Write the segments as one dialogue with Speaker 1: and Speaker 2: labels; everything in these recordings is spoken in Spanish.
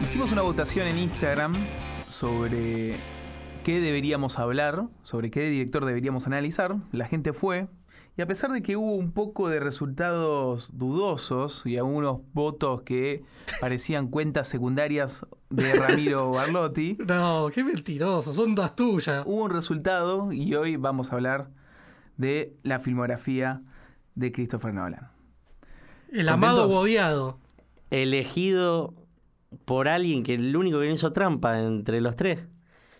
Speaker 1: Hicimos una votación en Instagram sobre qué deberíamos hablar, sobre qué director deberíamos analizar. La gente fue. Y a pesar de que hubo un poco de resultados dudosos y algunos votos que parecían cuentas secundarias de Ramiro Barlotti,
Speaker 2: No, qué mentiroso, son todas tuyas.
Speaker 1: hubo un resultado y hoy vamos a hablar de la filmografía de Christopher Nolan.
Speaker 2: El amado
Speaker 1: ¿Contentos?
Speaker 2: o odiado.
Speaker 3: elegido por alguien que el único que no hizo trampa entre los tres.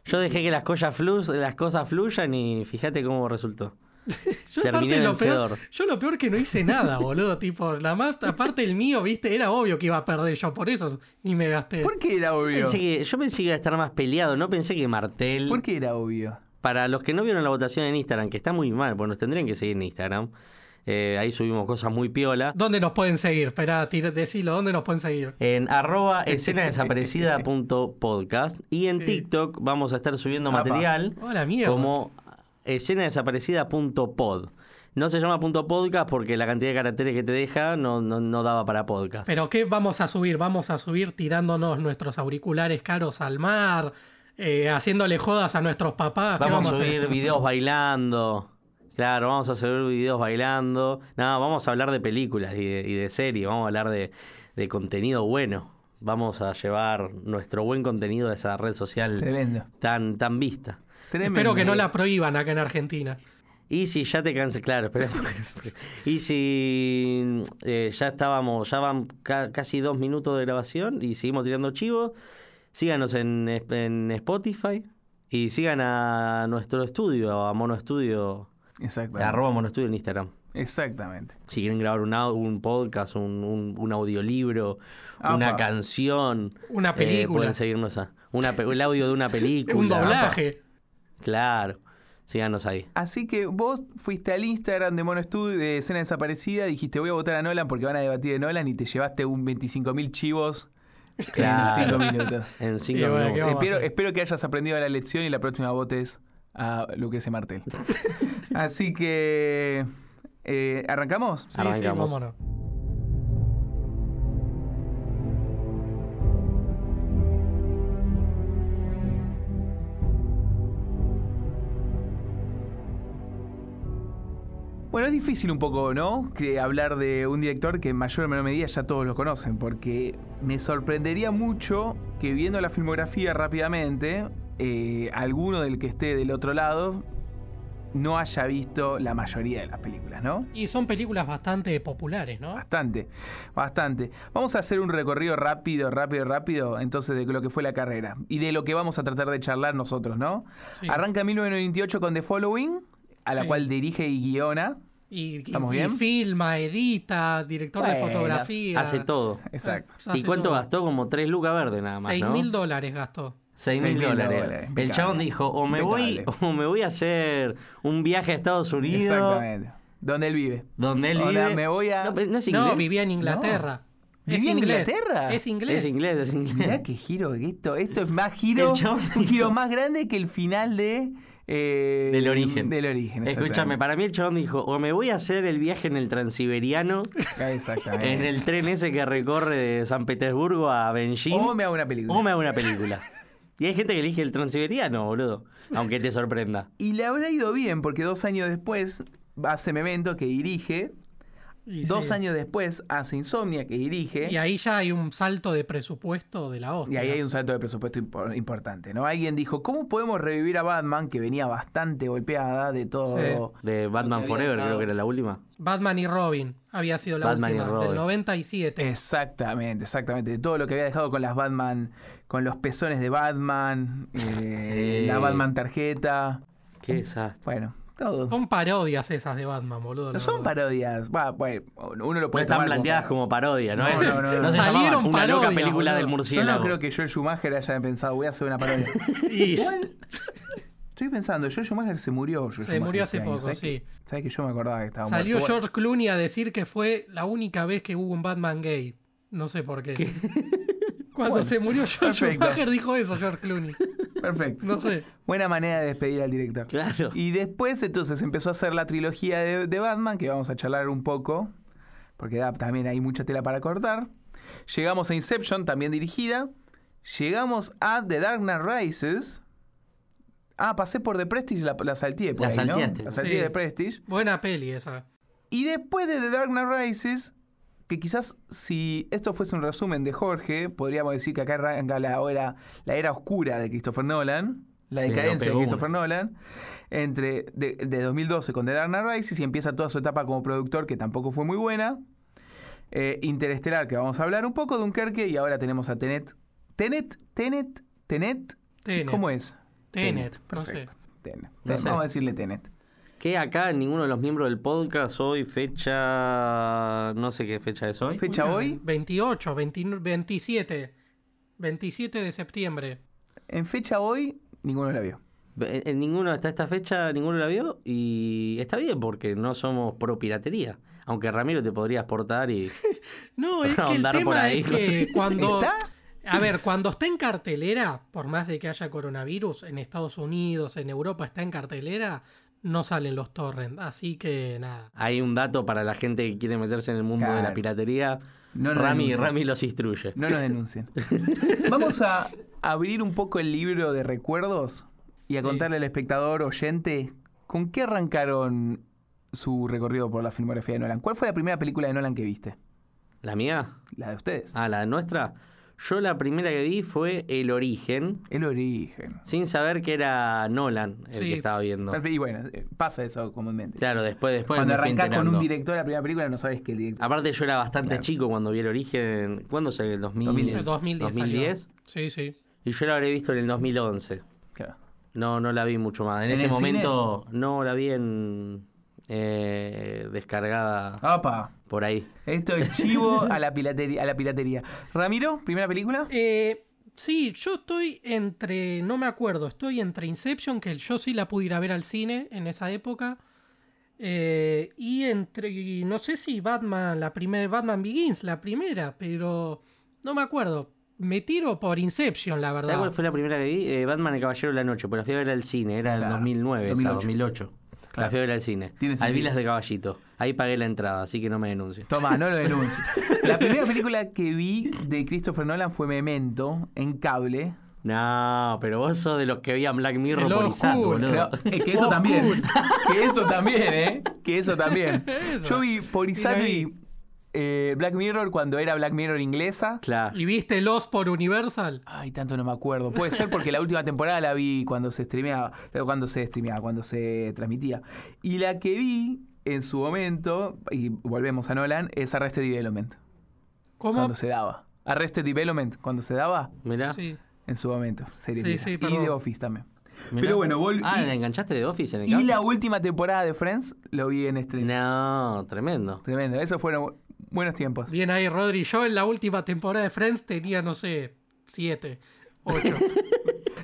Speaker 3: Yo dejé que las cosas, flu- las cosas fluyan y fíjate cómo resultó.
Speaker 2: Yo
Speaker 3: Terminé
Speaker 2: aparte lo peor,
Speaker 3: vencedor.
Speaker 2: yo lo peor que no hice nada, boludo, tipo, la más, aparte el mío, viste, era obvio que iba a perder yo, por eso ni me gasté.
Speaker 1: ¿Por qué era obvio?
Speaker 3: Pensé que- yo pensé que iba a estar más peleado, no pensé que Martel...
Speaker 1: ¿Por qué era obvio?
Speaker 3: Para los que no vieron la votación en Instagram, que está muy mal, pues nos tendrían que seguir en Instagram. Eh, ahí subimos cosas muy piola.
Speaker 2: ¿Dónde nos pueden seguir? Esperá, tira- decilo, ¿dónde nos pueden seguir?
Speaker 3: En arroba escenadesaparecida.podcast y en
Speaker 2: Sí.
Speaker 3: TikTok vamos a estar subiendo
Speaker 1: Apa.
Speaker 3: material
Speaker 2: Hola, Oh, mierda.
Speaker 3: como eh, escenadesaparecida.pod. No se llama punto podcast porque la cantidad de caracteres que te deja no, no, no daba para podcast.
Speaker 2: Pero ¿qué vamos a subir? Vamos a subir tirándonos nuestros auriculares caros al mar, eh, haciéndole jodas a nuestros papás. ¿Qué
Speaker 3: Vamos a
Speaker 2: hacer?
Speaker 3: subir videos bailando. Claro, vamos a subir videos bailando. No, vamos a hablar de películas y de, y de series. Vamos a hablar de, de contenido bueno. Vamos a llevar nuestro buen contenido a esa red social
Speaker 1: Tremendo.
Speaker 3: tan, tan vista.
Speaker 1: Tremendo.
Speaker 2: Espero que no la prohíban acá en Argentina.
Speaker 3: Y si ya te cansé, claro, espera. y si eh, ya estábamos, ya van ca- casi dos minutos de grabación y seguimos tirando chivos, síganos en, es- en Spotify y sigan a nuestro estudio, a Mono Estudio,
Speaker 1: Exactamente.
Speaker 3: arroba Mono Estudio en Instagram.
Speaker 1: Exactamente.
Speaker 3: Si quieren grabar un, au- un podcast, un, un- un audiolibro, una
Speaker 1: Apa.
Speaker 3: canción,
Speaker 2: Una
Speaker 3: eh,
Speaker 2: película.
Speaker 3: pueden seguirnos a una, pe- el audio de una película.
Speaker 2: Un doblaje.
Speaker 3: Claro, síganos ahí.
Speaker 1: Así que vos fuiste al Instagram de Mono Studio de escena desaparecida, dijiste voy a votar a Nolan porque van a debatir de Nolan y te llevaste un 25.000 chivos en
Speaker 3: Claro.
Speaker 1: 5 minutos.
Speaker 3: En cinco
Speaker 2: Y bueno,
Speaker 3: minutos.
Speaker 2: ¿qué vamos a
Speaker 1: Espero,
Speaker 2: hacer?
Speaker 1: espero que hayas aprendido la lección y la próxima votes a Lucrecia Martel. Así que eh, arrancamos.
Speaker 2: Sí, sí,
Speaker 3: Arrancamos.
Speaker 2: vámonos.
Speaker 1: Bueno, es difícil un poco, ¿no? Que hablar de un director que en mayor o menor medida ya todos lo conocen, porque me sorprendería mucho que viendo la filmografía rápidamente, eh, alguno del que esté del otro lado no haya visto la mayoría de las películas, ¿no?
Speaker 2: Y son películas bastante populares, ¿no?
Speaker 1: Bastante, bastante. Vamos a hacer un recorrido rápido, rápido, rápido, entonces de lo que fue la carrera y de lo que vamos a tratar de charlar nosotros, ¿no?
Speaker 2: Sí.
Speaker 1: Arranca en 1998 con The Following, a la
Speaker 2: Sí.
Speaker 1: cual dirige y guiona.
Speaker 2: Y, y-
Speaker 1: ¿Estamos
Speaker 2: y
Speaker 1: bien?
Speaker 2: filma, edita, director
Speaker 1: Bueno,
Speaker 2: de fotografía.
Speaker 3: Hace todo.
Speaker 1: Exacto.
Speaker 2: Pues Hace
Speaker 3: ¿Y cuánto
Speaker 2: todo.
Speaker 3: gastó? Como 3 lucas verdes nada más,
Speaker 2: Seis
Speaker 3: ¿no?
Speaker 2: mil dólares gastó.
Speaker 3: 6
Speaker 1: Seis
Speaker 3: mil
Speaker 1: mil
Speaker 3: dólares.
Speaker 1: dólares,
Speaker 3: El
Speaker 1: impecable.
Speaker 3: chabón dijo, o me, voy,
Speaker 1: Impecable.
Speaker 3: o me voy a hacer un viaje a Estados Unidos,
Speaker 1: Exactamente. Donde él vive.
Speaker 3: donde él
Speaker 1: O
Speaker 3: vive.
Speaker 1: sea, me voy a-
Speaker 3: No, pero no es inglés.
Speaker 2: No, vivía en Inglaterra.
Speaker 1: No.
Speaker 2: Es
Speaker 1: ¿Vivía en
Speaker 2: inglés.
Speaker 1: Inglaterra?
Speaker 2: Es inglés.
Speaker 3: Es inglés, es inglés.
Speaker 1: Mirá qué giro que esto. Esto es más giro.
Speaker 3: El chabón
Speaker 1: Un
Speaker 3: dijo-
Speaker 1: giro más grande que el final de. eh,
Speaker 3: Del origen.
Speaker 1: Del origen.
Speaker 3: Escúchame, para mí el chabón dijo, o me voy a hacer el viaje en el transiberiano,
Speaker 1: exactamente. Ah, Exactamente.
Speaker 3: en el tren ese que recorre de San Petersburgo a Benjín,
Speaker 1: O me hago una película.
Speaker 3: o me hago una película. y hay gente que elige el transiberiano, boludo, aunque te sorprenda.
Speaker 1: Y le habrá ido bien, porque dos años después hace Memento, que dirige.
Speaker 2: Y
Speaker 1: dos
Speaker 2: sí.
Speaker 1: años después hace Insomnia, que dirige.
Speaker 2: Y ahí ya hay un salto de presupuesto de la
Speaker 1: Y
Speaker 2: hostia.
Speaker 1: ahí hay un salto de presupuesto impor- importante, ¿no? Alguien dijo, ¿cómo podemos revivir a Batman, que venía bastante golpeada de todo?
Speaker 3: De Batman Forever, creo que era la última.
Speaker 2: Batman y Robin había sido la
Speaker 3: Batman y
Speaker 2: última, del
Speaker 3: Robin.
Speaker 2: 97.
Speaker 1: Exactamente, exactamente. De todo lo que había dejado con las Batman, con los pezones de Batman, eh,
Speaker 3: Sí.
Speaker 1: la Batman tarjeta.
Speaker 2: Em,
Speaker 3: Qué desastre.
Speaker 1: Bueno, todo.
Speaker 2: Son parodias esas de Batman, boludo.
Speaker 1: No
Speaker 2: la
Speaker 1: son
Speaker 2: verdad.
Speaker 1: parodias. Va, bueno, uno lo
Speaker 3: No
Speaker 1: puede
Speaker 3: están
Speaker 1: tomar
Speaker 3: planteadas como parodia, ¿no?
Speaker 1: No, no, no, no.
Speaker 3: se
Speaker 2: Salieron
Speaker 3: llamaban una loca
Speaker 2: parodias,
Speaker 3: película
Speaker 2: boludo. Yo
Speaker 3: del
Speaker 2: no
Speaker 1: Yo
Speaker 3: murciélago.
Speaker 1: no creo que Joel Schumacher haya pensado, voy a hacer una parodia.
Speaker 2: Y-
Speaker 1: Estoy pensando, Joel Schumacher se murió. Joel
Speaker 2: Se
Speaker 1: Schumacher
Speaker 2: murió hace
Speaker 1: este año,
Speaker 2: poco,
Speaker 1: ¿sabés
Speaker 2: sí.
Speaker 1: que- ¿Sabés que yo me acordaba que estaba
Speaker 2: Salió
Speaker 1: muerto? Bueno,
Speaker 2: George Clooney a decir que fue la única vez que hubo un Batman gay. No sé por qué. Cuando
Speaker 1: Bueno,
Speaker 2: se murió George
Speaker 1: perfecto.
Speaker 2: Schumacher dijo eso, George Clooney.
Speaker 1: Perfecto.
Speaker 2: No sé.
Speaker 1: Buena manera de despedir al director.
Speaker 3: Claro.
Speaker 1: Y después entonces empezó a hacer la trilogía de, de Batman, que vamos a charlar un poco, porque da- también hay mucha tela para cortar. Llegamos a Inception, también dirigida, Llegamos a The Dark Knight Rises. Ah, pasé por The Prestige, la, la salteé por
Speaker 3: La
Speaker 1: ahí,
Speaker 3: salteaste.
Speaker 1: ¿no? La salteé
Speaker 2: Sí.
Speaker 1: de Prestige.
Speaker 2: Buena peli esa.
Speaker 1: Y después de The Dark Knight Rises, que quizás si esto fuese un resumen de Jorge, podríamos decir que acá arranca la era, la era oscura de Christopher Nolan, la
Speaker 3: Sí, lo
Speaker 1: decadencia de
Speaker 3: pegó
Speaker 1: Christopher Nolan, entre de, de 2012 con The Dark Knight Rises y empieza toda su etapa como productor, que tampoco fue muy buena. Eh, Interestelar, que vamos a hablar un poco, Dunkerque, y ahora tenemos a Tenet. Tenet, Tenet, Tenet.
Speaker 2: Tenet.
Speaker 1: ¿Cómo es?
Speaker 2: Tenet, no sé.
Speaker 1: perfecto. Tenet.
Speaker 3: No sé.
Speaker 1: Vamos a decirle Tenet.
Speaker 3: Que acá ninguno de los miembros del podcast hoy, fecha. No sé qué fecha es hoy.
Speaker 1: Fecha
Speaker 2: Uy,
Speaker 1: hoy.
Speaker 2: 28, 29, 27. 27 de septiembre.
Speaker 1: En fecha hoy, ninguno la vio.
Speaker 3: Eh, eh, ninguno hasta esta fecha, ninguno la vio. Y está bien porque no somos pro piratería. Aunque Ramiro te podría exportar y.
Speaker 2: No, es que el
Speaker 3: Ahondar
Speaker 2: tema
Speaker 3: por ahí.
Speaker 2: es que cuando...
Speaker 1: ¿Está?
Speaker 2: A ver, cuando está en cartelera, por más de que haya coronavirus, en Estados Unidos, en Europa está en cartelera, no salen los torrents. Así que nada.
Speaker 3: Hay un dato para la gente que quiere meterse en el mundo de la
Speaker 1: Claro.
Speaker 3: piratería.
Speaker 1: No lo
Speaker 3: Rami,
Speaker 1: denuncia.
Speaker 3: Rami los instruye.
Speaker 1: No nos denuncien. Vamos a abrir un poco el libro de recuerdos y a contarle al espectador oyente con qué arrancaron su recorrido por la filmografía de Nolan. ¿Cuál fue la primera película de Nolan que viste?
Speaker 3: ¿La mía?
Speaker 1: La de ustedes.
Speaker 3: Ah, la nuestra. Yo la primera que vi fue El Origen,
Speaker 1: El origen.
Speaker 3: sin saber que era Nolan el
Speaker 2: Sí.
Speaker 3: que estaba viendo.
Speaker 1: Perfecto, Y bueno, eh, pasa eso comúnmente.
Speaker 3: Claro, después, después
Speaker 1: Cuando
Speaker 3: me fui
Speaker 1: arrancás con
Speaker 3: enterando.
Speaker 1: un director la primera película no sabes qué director.
Speaker 3: Aparte yo era bastante
Speaker 1: Claro.
Speaker 3: chico cuando vi El Origen. ¿Cuándo salió? ¿El 2000?
Speaker 1: 2010.
Speaker 2: 2010. salió.
Speaker 3: 2010.
Speaker 2: Sí, sí.
Speaker 3: Y yo la habré visto en el 2011.
Speaker 1: Claro.
Speaker 3: No, no la vi mucho más. En,
Speaker 1: ¿En
Speaker 3: ese
Speaker 1: el
Speaker 3: momento no la vi en eh, descargada
Speaker 1: Apa.
Speaker 3: por ahí.
Speaker 1: Esto es chivo a la piratería. A la piratería. Ramiro, primera película.
Speaker 2: Eh, sí, yo estoy entre, no me acuerdo, estoy entre Inception, que yo sí la pude ir a ver al cine en esa época, eh, y entre, y no sé si Batman, la primera, Batman Begins, la primera, pero no me acuerdo. Me tiro por Inception, la
Speaker 3: ¿Sabes cuál
Speaker 2: verdad.
Speaker 3: fue la primera que vi? Eh, Batman el Caballero de la Noche, pero la fui a ver al cine, era el
Speaker 1: Claro.
Speaker 3: 2009, o sea,
Speaker 1: 2008.
Speaker 3: 2008. La
Speaker 1: Claro.
Speaker 3: fui a ver al cine.
Speaker 1: Tiene
Speaker 3: Al
Speaker 1: sentido.
Speaker 3: Vilas de Caballito. Ahí pagué la entrada, así que no me denuncio.
Speaker 1: Toma, no lo denuncies. La primera película que vi de Christopher Nolan fue Memento, en cable.
Speaker 3: No, pero vos sos de los que veían Black Mirror
Speaker 2: El
Speaker 3: por
Speaker 2: ojo
Speaker 3: Isaac,
Speaker 2: cool.
Speaker 3: boludo.
Speaker 1: No, es eh, que eso
Speaker 2: Oh,
Speaker 1: también.
Speaker 2: cool.
Speaker 1: Que eso también, ¿eh? Que eso también.
Speaker 2: Eso.
Speaker 1: Yo vi por Isaac
Speaker 2: Mira
Speaker 1: vi, eh, Black Mirror cuando era Black Mirror inglesa.
Speaker 3: Claro.
Speaker 2: ¿Y viste Lost por Universal?
Speaker 1: Ay, tanto no me acuerdo. Puede ser porque la última temporada la vi cuando se streameaba, eh, cuando se streameaba, cuando se transmitía. Y la que vi en su momento, y volvemos a Nolan, es Arrested Development,
Speaker 2: ¿Cómo?
Speaker 1: cuando se daba. Arrested Development, cuando se daba.
Speaker 3: Mirá.
Speaker 2: Sí.
Speaker 1: En su momento, serie
Speaker 2: Sí,
Speaker 1: viejas.
Speaker 2: sí,
Speaker 1: Y
Speaker 2: perdón.
Speaker 1: The Office también.
Speaker 3: mirá.
Speaker 1: Pero bueno, vol-
Speaker 3: Ah,
Speaker 1: y-
Speaker 3: ¿la enganchaste de Office en el
Speaker 1: Y
Speaker 3: cable?
Speaker 1: la última temporada de Friends lo vi en stream.
Speaker 3: No, tremendo.
Speaker 1: Tremendo, esos fueron bu- buenos tiempos.
Speaker 2: Bien ahí, Rodri. Yo en la última temporada de Friends tenía, no sé, siete, ocho,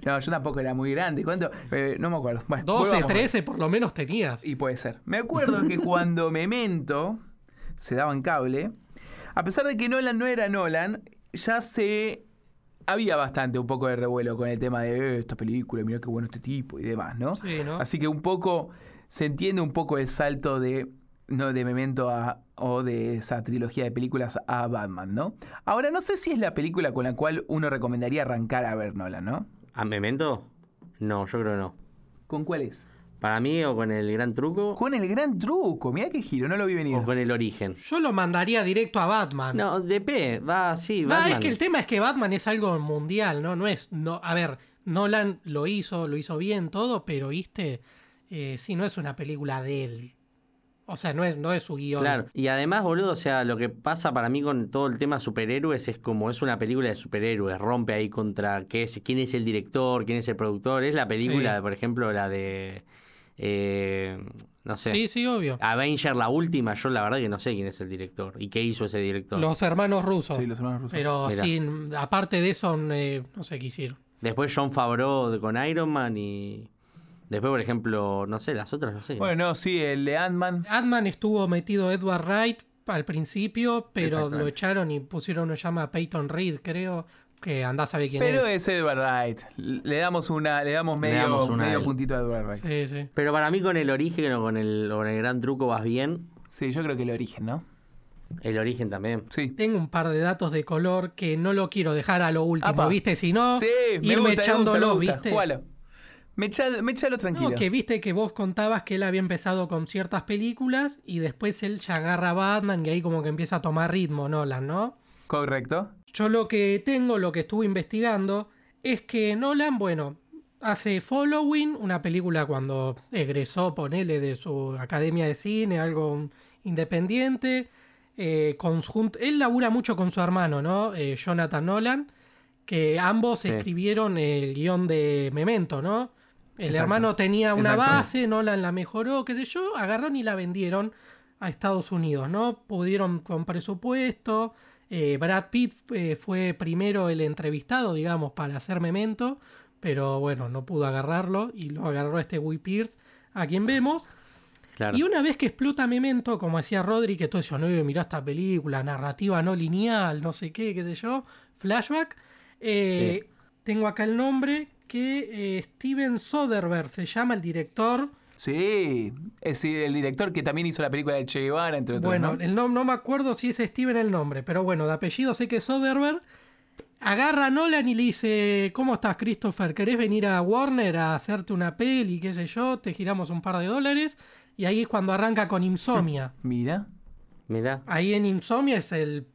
Speaker 1: No, yo tampoco era muy grande. ¿Cuánto? Eh, no me acuerdo. Bueno,
Speaker 2: 12,
Speaker 1: volvamos.
Speaker 2: 13 por lo menos tenías.
Speaker 1: Y puede ser. Me acuerdo que cuando Memento se daba en cable, a pesar de que Nolan no era Nolan, ya se. Había bastante un poco de revuelo con el tema de "Eh, esta película, mirá qué bueno este tipo y demás, ¿no?
Speaker 2: Sí, ¿no?
Speaker 1: Así que un poco se entiende un poco el salto de no de Memento a o de esa trilogía de películas a Batman, ¿no? Ahora no sé si es la película con la cual uno recomendaría arrancar a ver Nolan, ¿no?
Speaker 3: ¿A Memento? No, yo creo que no.
Speaker 1: ¿Con cuál es?
Speaker 3: Para mí, o con el gran truco,
Speaker 1: Con el gran truco, mirá qué giro, no lo vi venir.
Speaker 3: o con el origen.
Speaker 2: Yo lo mandaría directo a Batman.
Speaker 3: No, DP, va, sí,
Speaker 2: Va,
Speaker 3: Batman.
Speaker 2: Ah, es que el tema es que Batman es algo mundial, ¿no? No es. No, a ver, Nolan lo hizo, lo hizo bien todo, pero viste, eh, sí, no es una película de él. O sea, no es, no es su guión.
Speaker 3: Claro, y además, boludo, o sea, lo que pasa para mí con todo el tema superhéroes es como es una película de superhéroes, rompe ahí contra qué es, quién es el director, quién es el productor, es la película,
Speaker 2: Sí.
Speaker 3: por ejemplo, la de, eh, no sé,
Speaker 2: Sí, sí, obvio.
Speaker 3: Avenger, la última, yo la verdad que no sé quién es el director y qué hizo ese director.
Speaker 2: Los hermanos rusos.
Speaker 1: Sí, los hermanos rusos.
Speaker 2: Pero
Speaker 3: Mirá.
Speaker 2: sin, aparte de eso, eh, no sé qué hicieron.
Speaker 3: Después John Favreau de- con Iron Man y después, por ejemplo, no sé, las otras no sé.
Speaker 1: Bueno, no, sí, el de Ant-Man.
Speaker 2: Batman estuvo metido Edward Wright al principio, pero lo
Speaker 1: Exactamente.
Speaker 2: echaron y pusieron uno que se llama Peyton Reed, creo. Que andá a saber quién
Speaker 1: Pero
Speaker 2: es.
Speaker 1: es Edward Wright. Le damos una, le damos
Speaker 3: Le
Speaker 1: medio,
Speaker 3: damos una
Speaker 1: medio
Speaker 3: al-
Speaker 1: puntito a Edward Wright.
Speaker 2: Sí, sí.
Speaker 3: Pero para mí con el origen o con el, o con el gran truco vas bien.
Speaker 1: Sí, yo creo que el origen, ¿no?
Speaker 3: El origen también.
Speaker 1: Sí.
Speaker 2: Tengo un par de datos de color que no lo quiero dejar a lo último,
Speaker 1: Apa.
Speaker 2: ¿viste? Si no,
Speaker 1: sí, me
Speaker 2: irme
Speaker 1: gusta, me gusta,
Speaker 2: echándolo,
Speaker 1: me gusta.
Speaker 2: ¿viste?
Speaker 1: Jugalo. Me echa- me echalo tranquilo.
Speaker 2: No, que viste que vos contabas que él había empezado con ciertas películas y después él ya agarra a Batman y ahí como que empieza a tomar ritmo Nolan, ¿no?
Speaker 1: Correcto.
Speaker 2: Yo lo que tengo, lo que estuve investigando, es que Nolan, bueno, hace Following, una película cuando egresó, ponele, de su academia de cine, algo independiente. Eh, con su- jun- él labura mucho con su hermano, ¿no? Eh, Jonathan Nolan, que ambos
Speaker 3: Sí.
Speaker 2: escribieron el guión de Memento, ¿no? El
Speaker 1: Exacto.
Speaker 2: hermano tenía una
Speaker 1: Exacto.
Speaker 2: base, Nolan la mejoró, qué sé yo, agarraron y la vendieron a Estados Unidos, ¿no? Pudieron con presupuesto. eh, Brad Pitt eh, fue primero el entrevistado, digamos, para hacer memento, pero bueno, no pudo agarrarlo y lo agarró este Guy Pierce, a quien vemos.
Speaker 3: Claro.
Speaker 2: Y una vez que explota Memento, como decía Rodri, que todo eso, no, mirá esta película, narrativa no lineal, no sé qué, qué sé yo, flashback. eh, Tengo acá el nombre que eh, Steven Soderbergh se llama el director.
Speaker 1: Sí. Es decir, el director que también hizo la película de Che Guevara, entre otros.
Speaker 2: Bueno,
Speaker 1: ¿no?
Speaker 2: el nom- no me acuerdo si es Steven el nombre, pero bueno, de apellido sé que es Soderbergh. Agarra a Nolan y le dice, ¿cómo estás Christopher? ¿Querés venir a Warner a hacerte una peli, qué sé yo? Te giramos un par de dólares. Y ahí es cuando arranca con Insomnia.
Speaker 1: Mira.
Speaker 3: Mirá.
Speaker 2: ahí en Insomnia es el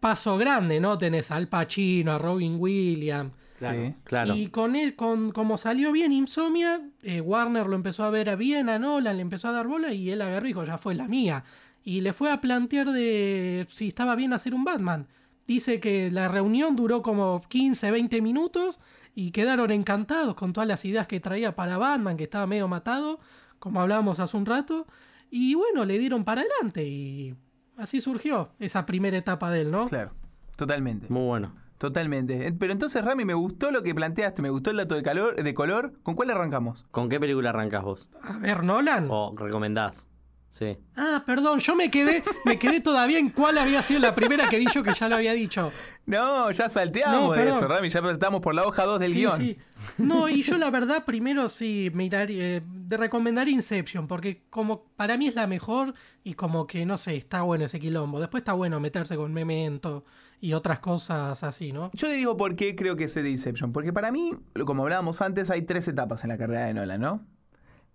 Speaker 2: paso grande, ¿no? Tenés a Al Pacino, a Robin Williams.
Speaker 3: Claro.
Speaker 1: Sí.
Speaker 3: claro.
Speaker 2: Y con él, con, como salió bien Insomnia, eh, Warner lo empezó a ver a bien a Nolan, le empezó a dar bola y él agarró y dijo, ya fue la mía. Y le fue a plantear de si estaba bien hacer un Batman. Dice que la reunión duró como 15, 20 minutos y quedaron encantados con todas las ideas que traía para Batman, que estaba medio matado, como hablábamos hace un rato. Y bueno, le dieron para adelante y así surgió esa primera etapa de él, ¿no?
Speaker 1: Claro. Totalmente.
Speaker 3: Muy bueno.
Speaker 1: Totalmente. Eh, Pero entonces, Rami, me gustó lo que planteaste, me gustó el dato de calor, de color. ¿Con cuál arrancamos?
Speaker 3: ¿Con qué película arrancas vos?
Speaker 2: A ver, Nolan.
Speaker 3: ¿O recomendás? Sí.
Speaker 2: Ah, perdón, yo me quedé, me quedé todavía en cuál había sido la primera que vi yo que ya lo había dicho.
Speaker 1: No, ya salteamos
Speaker 2: No,
Speaker 1: de
Speaker 2: perdón.
Speaker 1: eso, Rami. Ya estamos por la hoja 2 del
Speaker 2: Sí,
Speaker 1: guión.
Speaker 2: sí. No, y yo la verdad primero sí mirar, eh, de recomendar Inception, porque como para mí es la mejor y como que no sé, está bueno ese quilombo. Después está bueno meterse con Memento y otras cosas así, ¿no?
Speaker 1: Yo le digo por qué creo que es de Inception. Porque para mí, lo- como hablábamos antes, hay tres etapas en la carrera de Nolan, ¿no?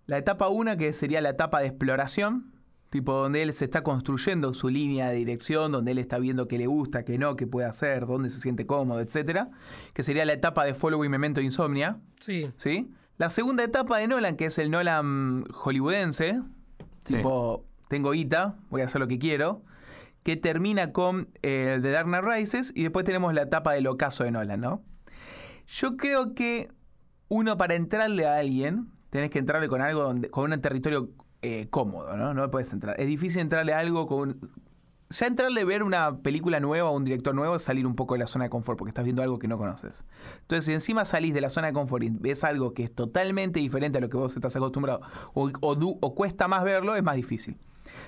Speaker 1: La etapa una, que sería la etapa de exploración, tipo donde él se está construyendo su línea de dirección, donde él está viendo qué le gusta, qué no, qué puede hacer, dónde se siente cómodo, etcétera. Que sería la etapa de Following Memento Insomnia,
Speaker 2: Sí.
Speaker 1: ¿sí? La segunda etapa de Nolan, que es el Nolan hollywoodense,
Speaker 3: Sí.
Speaker 1: tipo, tengo guita, voy a hacer lo que quiero, que termina con eh, The Dark Knight Rises y después tenemos la etapa del ocaso de Nolan, ¿no? Yo creo que uno para entrarle a alguien, tenés que entrarle con algo, donde, con un territorio eh, cómodo, ¿no? No puedes entrar. Es difícil entrarle a algo con... un- Ya entrarle a ver una película nueva o un director nuevo es salir un poco de la zona de confort, porque estás viendo algo que no conoces. Entonces, si encima salís de la zona de confort y ves algo que es totalmente diferente a lo que vos estás acostumbrado o, o du- o cuesta más verlo, es más difícil.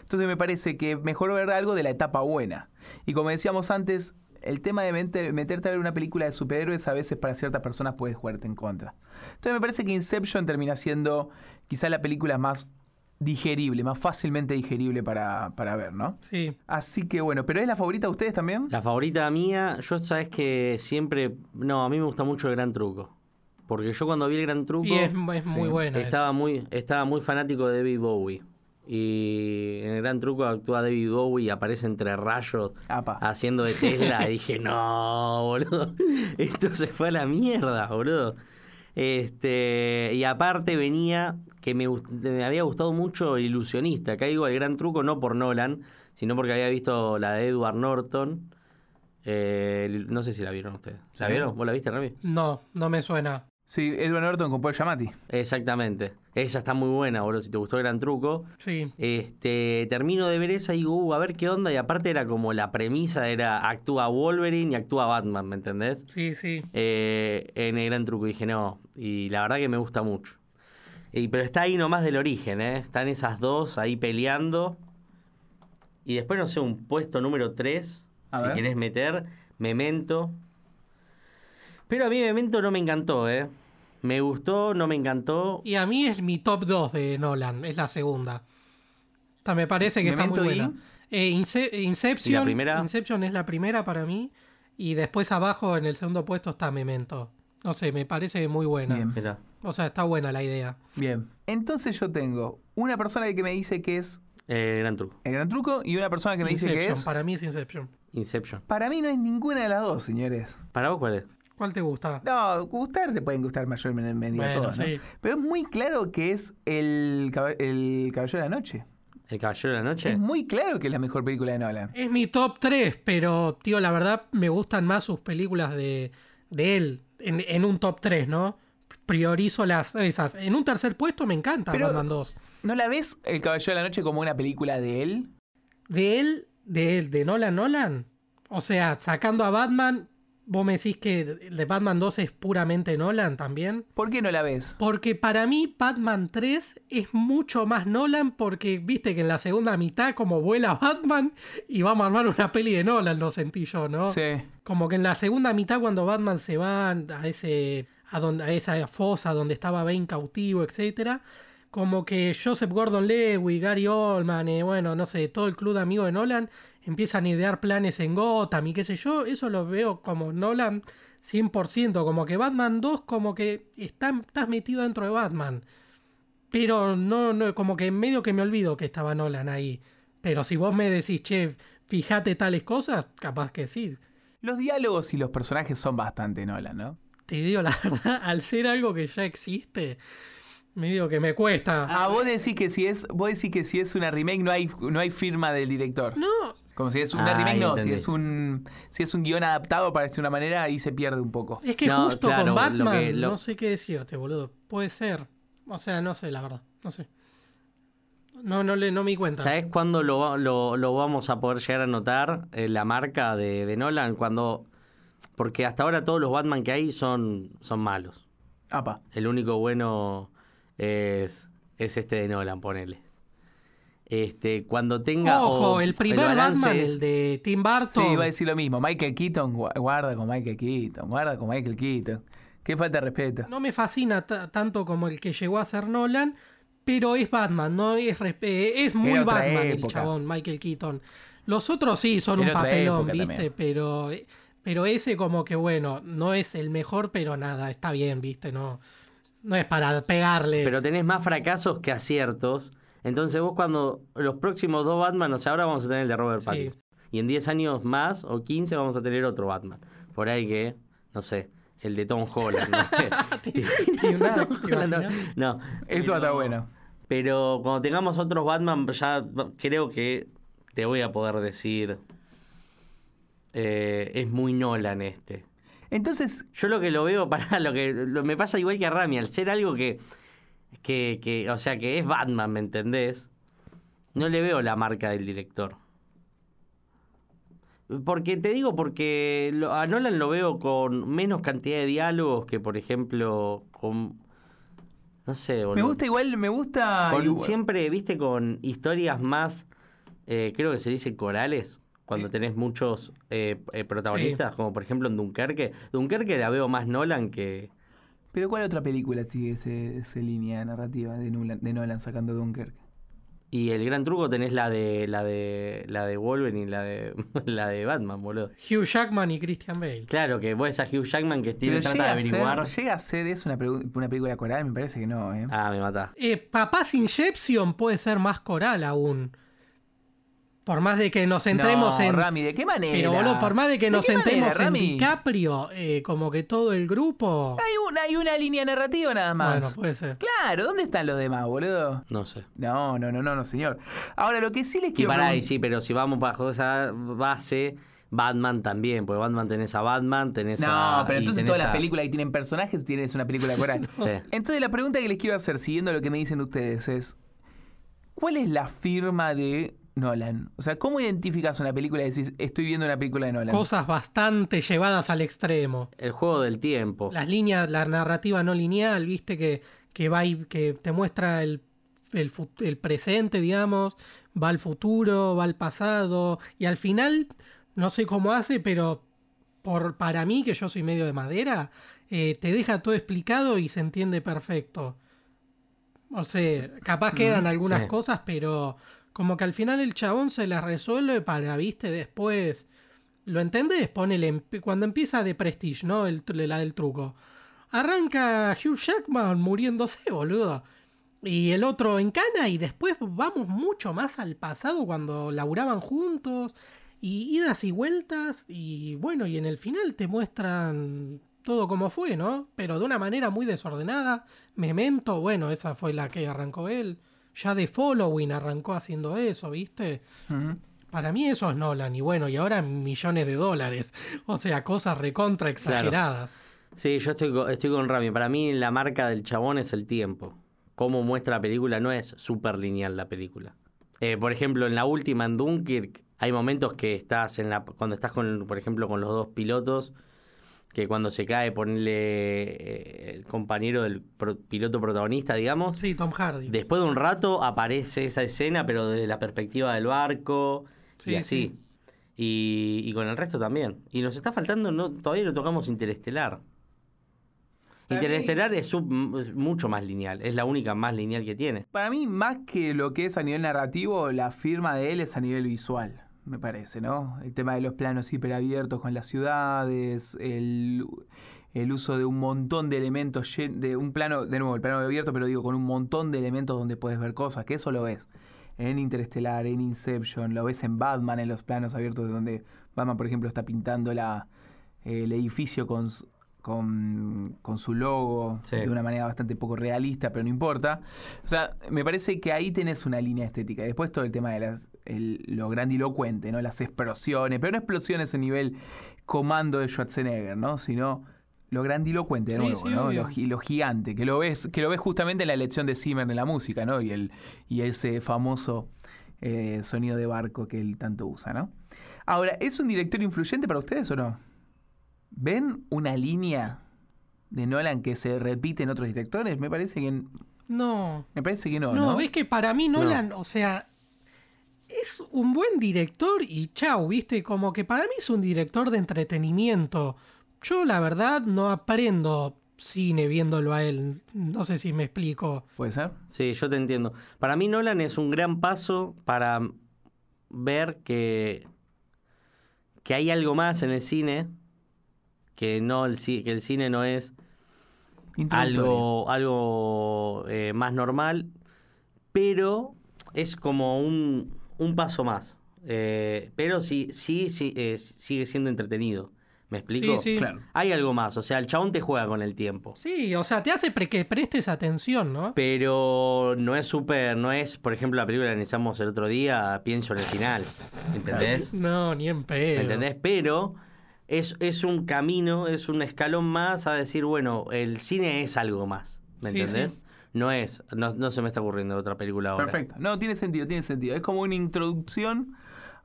Speaker 1: Entonces, me parece que mejor ver algo de la etapa buena. Y como decíamos antes, el tema de meter- meterte a ver una película de superhéroes a veces para ciertas personas puede jugarte en contra. Entonces, me parece que Inception termina siendo quizá la película más digerible, más fácilmente digerible para, para ver, ¿no?
Speaker 2: Sí.
Speaker 1: Así que bueno, ¿pero es la favorita de ustedes también?
Speaker 3: La favorita mía, yo sabes que siempre. No, a mí me gusta mucho el gran truco. Porque yo cuando vi el gran truco.
Speaker 2: Y es, es muy buena. esa.
Speaker 3: Estaba muy, estaba muy fanático de David Bowie. Y en el gran truco actúa David Bowie y aparece entre rayos
Speaker 1: Apa.
Speaker 3: haciendo de Tesla. y dije, no, boludo. Esto se fue a la mierda, boludo. Este, y aparte venía que me, gust- me había gustado mucho el ilusionista. Acá digo el gran truco no por Nolan, sino porque había visto la de Edward Norton. Eh, el- no sé si la vieron ustedes. ¿La
Speaker 1: Sí.
Speaker 3: vieron? ¿Vos la viste, Rami?
Speaker 2: No, no me suena.
Speaker 1: Sí, Edward Norton con Paul Giamatti.
Speaker 3: Exactamente. Esa está muy buena, boludo. Si te gustó el gran truco.
Speaker 2: Sí.
Speaker 3: Este, termino de ver esa y digo, "Uh, a ver qué onda. Y aparte era como la premisa, era actúa Wolverine y actúa Batman, ¿me entendés?
Speaker 2: Sí, sí.
Speaker 3: Eh, en el gran truco dije, no. Y la verdad que me gusta mucho. Y, pero está ahí nomás del origen, ¿eh? Están esas dos ahí peleando. Y después, no sé, un puesto número 3,
Speaker 1: A
Speaker 3: si
Speaker 1: ver.
Speaker 3: querés meter, Memento. Pero a mí Memento no me encantó, ¿eh? Me gustó, no me encantó.
Speaker 2: Y a mí es mi top 2 de Nolan, es la segunda. Esta me parece que está muy
Speaker 1: Memento y-
Speaker 2: buena. Eh, Ince- Inception,
Speaker 3: ¿Y la primera?
Speaker 2: Inception es la primera para mí. Y después abajo en el segundo puesto está Memento. No sé, me parece muy buena.
Speaker 1: Bien.
Speaker 3: Mirá.
Speaker 2: O sea, está buena la idea.
Speaker 1: Bien. Entonces yo tengo una persona que me dice que es
Speaker 3: Eh, gran truco.
Speaker 1: el gran truco y una persona que me dice que
Speaker 2: Inception,
Speaker 1: es.
Speaker 2: para mí es Inception.
Speaker 3: Inception.
Speaker 1: Para mí no es ninguna de las dos, señores.
Speaker 3: ¿Para vos cuál es?
Speaker 2: ¿Cuál te gusta?
Speaker 1: No, gustar te pueden gustar mayormente a
Speaker 2: Bueno,
Speaker 1: todas, ¿no?
Speaker 2: sí.
Speaker 1: Pero es muy claro que es el, caba- el Caballero de la Noche.
Speaker 3: ¿El Caballero de la Noche?
Speaker 1: Es muy claro que es la mejor película de Nolan.
Speaker 2: Es mi top 3, pero, tío, la verdad me gustan más sus películas de, de él en, en un top 3, ¿no? Priorizo las esas. En un tercer puesto me encanta
Speaker 1: Pero-
Speaker 2: Batman 2.
Speaker 1: ¿No la ves El Caballero de la Noche como una película de él?
Speaker 2: De él, de él, de Nolan Nolan. O sea, sacando a Batman, vos me decís que de Batman 2 es puramente Nolan también.
Speaker 1: ¿Por qué no la ves?
Speaker 2: Porque para mí Batman 3 es mucho más Nolan porque viste que en la segunda mitad como vuela Batman y vamos a armar una peli de Nolan, lo sentí yo, ¿no?
Speaker 1: Sí.
Speaker 2: Como que en la segunda mitad cuando Batman se va a ese a donde a esa fosa donde estaba Bane cautivo, etcétera, como que Joseph Gordon-Levitt, Gary Oldman, eh, bueno, no sé, todo el club de amigos de Nolan empiezan a idear planes en Gotham y qué sé yo, eso lo veo como Nolan 100%, como que Batman 2 como que está, estás metido dentro de Batman. Pero no, no, como que medio que me olvido que estaba Nolan ahí. Pero si vos me decís, che, fíjate tales cosas, capaz que sí.
Speaker 1: Los diálogos y los personajes son bastante Nolan, ¿no?
Speaker 2: Te digo la verdad, al ser algo que ya existe, me digo que me cuesta.
Speaker 1: Ah, vos decís que si es, vos decís que si es una remake no hay, no hay firma del director.
Speaker 2: No,
Speaker 1: Como si es una
Speaker 3: Ah,
Speaker 1: remake,
Speaker 3: ya
Speaker 1: no, si
Speaker 3: entendí.
Speaker 1: es un si es un guión adaptado para decir una manera ahí se pierde un poco.
Speaker 2: es que
Speaker 3: No,
Speaker 2: justo
Speaker 3: claro,
Speaker 2: con
Speaker 3: lo
Speaker 2: Batman,
Speaker 3: que- lo-
Speaker 2: no sé qué decirte, boludo. Puede ser. O sea, no sé, la verdad. No sé. No, no, le, no me di cuenta.
Speaker 3: ¿Sabes cuándo lo, va- lo- lo vamos a poder llegar a notar eh, la marca de, de Nolan? Cuando. Porque hasta ahora todos los Batman que hay son, son malos.
Speaker 1: Apa.
Speaker 3: El único bueno es, es este de Nolan, ponele. Este, cuando tenga.
Speaker 2: Ojo,
Speaker 3: o-
Speaker 2: el primer
Speaker 3: balance
Speaker 2: Batman,
Speaker 3: es-
Speaker 2: el de Tim
Speaker 1: Sí,
Speaker 2: Burton.
Speaker 1: iba a decir lo mismo. Michael Keaton, gua- guarda con Michael Keaton, guarda con Michael Keaton. Qué falta de respeto.
Speaker 2: No me fascina ta- tanto como el que llegó a ser Nolan, pero es Batman, no es resp- eh, es muy
Speaker 1: Era otra
Speaker 2: Batman el
Speaker 1: época.
Speaker 2: chabón, Michael Keaton. Los otros sí son
Speaker 1: Era
Speaker 2: un
Speaker 1: otra
Speaker 2: papelón,
Speaker 1: época
Speaker 2: viste,
Speaker 1: también.
Speaker 2: pero pero ese como que bueno, no es el mejor, pero nada, está bien, viste, no no es para pegarle.
Speaker 3: Pero tenés más fracasos que aciertos. Entonces vos cuando los próximos dos Batman, o sea, ahora vamos a tener el de Robert
Speaker 2: Sí.
Speaker 3: Pattinson. Y en 10 años más o 15 vamos a tener otro Batman. Por ahí que, no sé, el de Tom Holland. No, sé.
Speaker 2: Ni nada, ¿te
Speaker 3: Holland,
Speaker 2: imaginas?
Speaker 3: no.
Speaker 1: Eso
Speaker 3: Pero-
Speaker 1: está bueno.
Speaker 3: Pero cuando tengamos otros Batman, ya creo que te voy a poder decir... eh, es muy Nolan este.
Speaker 1: Entonces,
Speaker 3: Yo lo que lo veo para lo que lo- me pasa igual que a Rami, al ser algo que, que, que, o sea, que es Batman, ¿me entendés? No le veo la marca del director. Porque te digo, porque lo- a Nolan lo veo con menos cantidad de diálogos que, por ejemplo, con. No sé,
Speaker 1: me
Speaker 3: boludo.
Speaker 1: gusta igual, me gusta
Speaker 3: Con-
Speaker 1: igual-
Speaker 3: siempre, viste, con historias más. eh, creo que se dice corales. Cuando tenés muchos eh, eh, protagonistas, como por ejemplo en Dunkerque. Dunkerque la veo más Nolan que.
Speaker 1: Pero ¿cuál otra película sigue ese- esa línea narrativa de Nolan, de Nolan sacando Dunkirk?
Speaker 3: Y el gran truco tenés la de la de la de Wolverine y la de la de Batman, boludo.
Speaker 2: Hugh Jackman y Christian Bale.
Speaker 3: Claro que vos a Hugh Jackman que tiene
Speaker 1: Pero
Speaker 3: trata de
Speaker 1: llega a, ser,
Speaker 3: averiguar.
Speaker 1: llega a ser es una, pregu- una película coral, me parece que no, ¿eh?
Speaker 3: Ah, me matás.
Speaker 2: Eh, Papás Inception puede ser más coral aún. Por más de que nos centremos
Speaker 1: No,
Speaker 2: en
Speaker 1: Rami, ¿de qué manera?
Speaker 2: Pero boludo, por más de que
Speaker 1: ¿De
Speaker 2: nos
Speaker 1: qué
Speaker 2: centremos
Speaker 1: manera,
Speaker 2: en
Speaker 1: Rami?
Speaker 2: DiCaprio, eh, como que todo el grupo.
Speaker 1: Hay una, hay una línea narrativa nada más.
Speaker 2: Bueno, pues. puede ser.
Speaker 1: Claro, ¿dónde están los demás, boludo?
Speaker 3: No sé.
Speaker 1: No, no, no, no, no, señor. Ahora, lo que sí les
Speaker 3: Y
Speaker 1: quiero
Speaker 3: pará, y
Speaker 1: pregun-
Speaker 3: sí, pero si vamos bajo esa base, Batman también, porque Batman tenés a Batman, tenés a.
Speaker 1: No, pero
Speaker 3: y
Speaker 1: entonces
Speaker 3: tenés
Speaker 1: todas las
Speaker 3: a-
Speaker 1: películas que tienen personajes tienes una película coral.
Speaker 3: Sí.
Speaker 1: Entonces la pregunta que les quiero hacer, siguiendo lo que me dicen ustedes, es ¿cuál es la firma de Nolan? O sea, ¿cómo identificas una película y decís, estoy viendo una película de Nolan?
Speaker 2: Cosas bastante llevadas al extremo.
Speaker 3: El juego del tiempo.
Speaker 2: Las líneas, la narrativa no lineal, viste, que, que va y que te muestra el, el, fu- el presente, digamos, va al futuro, va al pasado. Y al final, no sé cómo hace, pero por, para mí, que yo soy medio de madera, eh, te deja todo explicado y se entiende perfecto. O sea, capaz quedan algunas
Speaker 3: sí.
Speaker 2: cosas, pero Como que al final el chabón se la resuelve para, viste, después. ¿Lo entendés? Ponele. en- Cuando empieza de Prestige, ¿no? El, tru- la del truco. Arranca Hugh Jackman muriéndose, boludo. Y el otro en cana. Y después vamos mucho más al pasado cuando laburaban juntos. Y idas y vueltas. Y bueno, y en el final te muestran todo como fue, ¿no? Pero de una manera muy desordenada. Memento, bueno, esa fue la que arrancó él. Ya de Following arrancó haciendo eso, ¿viste?
Speaker 1: Ujú.
Speaker 2: Para mí eso es Nolan. Y bueno, y ahora millones de dólares. O sea, cosas recontra exageradas.
Speaker 3: Sí, yo estoy, co- estoy con Rami. Para mí la marca del chabón es el tiempo. Cómo muestra la película no es súper lineal la película. Eh, por ejemplo, en la última, en Dunkirk, hay momentos que estás en la... Cuando estás, con, por ejemplo, con los dos pilotos, que cuando se cae, ponerle el compañero del pro- piloto protagonista, digamos.
Speaker 2: Sí, Tom Hardy.
Speaker 3: Después de un rato aparece esa escena, pero desde la perspectiva del barco
Speaker 2: Sí,
Speaker 3: y así. Y, y con el resto también. Y nos está faltando, no, todavía no tocamos Interestelar.
Speaker 1: Para mí-
Speaker 3: Interestelar es, sub- es mucho más lineal, es la única más lineal que tiene.
Speaker 1: Para mí, más que lo que es a nivel narrativo, la firma de él es a nivel visual, me parece, ¿no? El tema de los planos hiperabiertos con las ciudades, el, el uso de un montón de elementos, llen- de un plano, de nuevo, el plano abierto, pero digo, con un montón de elementos donde puedes ver cosas, que eso lo ves. En Interestelar, en Inception, lo ves en Batman, en los planos abiertos, donde Batman, por ejemplo, está pintando la, eh, el edificio con, s- con, con su logo
Speaker 3: Sí.
Speaker 1: de una manera bastante poco realista, pero no importa. O sea, me parece que ahí tenés una línea estética. Después todo el tema de las, el- lo grandilocuente, ¿no? Las explosiones, pero no explosiones a nivel comando de Schwarzenegger, ¿no? Sino lo grandilocuente de
Speaker 2: Sí,
Speaker 1: nuevo,
Speaker 2: sí,
Speaker 1: ¿no?
Speaker 2: obvio.
Speaker 1: Lo, gi- lo gigante, que lo ves, que lo ves justamente en la elección de Zimmer de la música, ¿no? Y el, y ese famoso eh, sonido de barco que él tanto usa, ¿no? Ahora, ¿es un director influyente para ustedes o no? ¿Ven una línea de Nolan que se repite en otros directores? Me parece que, me
Speaker 2: No.
Speaker 1: parece que no,
Speaker 2: No,
Speaker 1: ¿no?
Speaker 2: es que para mí Nolan, o sea, es un buen director y chau, viste, como que para mí es un director de entretenimiento. Yo la verdad no aprendo cine viéndolo a él. No sé si me explico.
Speaker 1: ¿Puede ser?
Speaker 3: Sí, yo te entiendo. Para mí Nolan es un gran paso para ver que, que hay algo más en el cine, que, no el, ci- que el cine no es
Speaker 1: Introductorio.
Speaker 2: ¿eh?
Speaker 3: algo, algo eh, más normal, pero es como un, un paso más. Eh, pero sí, sí, sí eh, sigue siendo entretenido. ¿Me explico?
Speaker 2: Sí, sí.
Speaker 1: Claro.
Speaker 3: Hay algo más, o sea, el chabón te juega con el tiempo.
Speaker 2: Sí, o sea, te hace pre- que prestes atención, ¿no?
Speaker 3: Pero no es súper, no es, por ejemplo, la película que analizamos el otro día, pienso en el final. ¿Entendés?
Speaker 2: No, ni en pedo.
Speaker 3: ¿Me entendés? Pero es, es un camino, es un escalón más a decir, bueno, el cine es algo más. ¿Me
Speaker 2: Sí,
Speaker 3: entendés?
Speaker 2: sí.
Speaker 3: No es, no, no se me está ocurriendo otra película ahora.
Speaker 1: Perfecto. No, tiene sentido, tiene sentido. Es como una introducción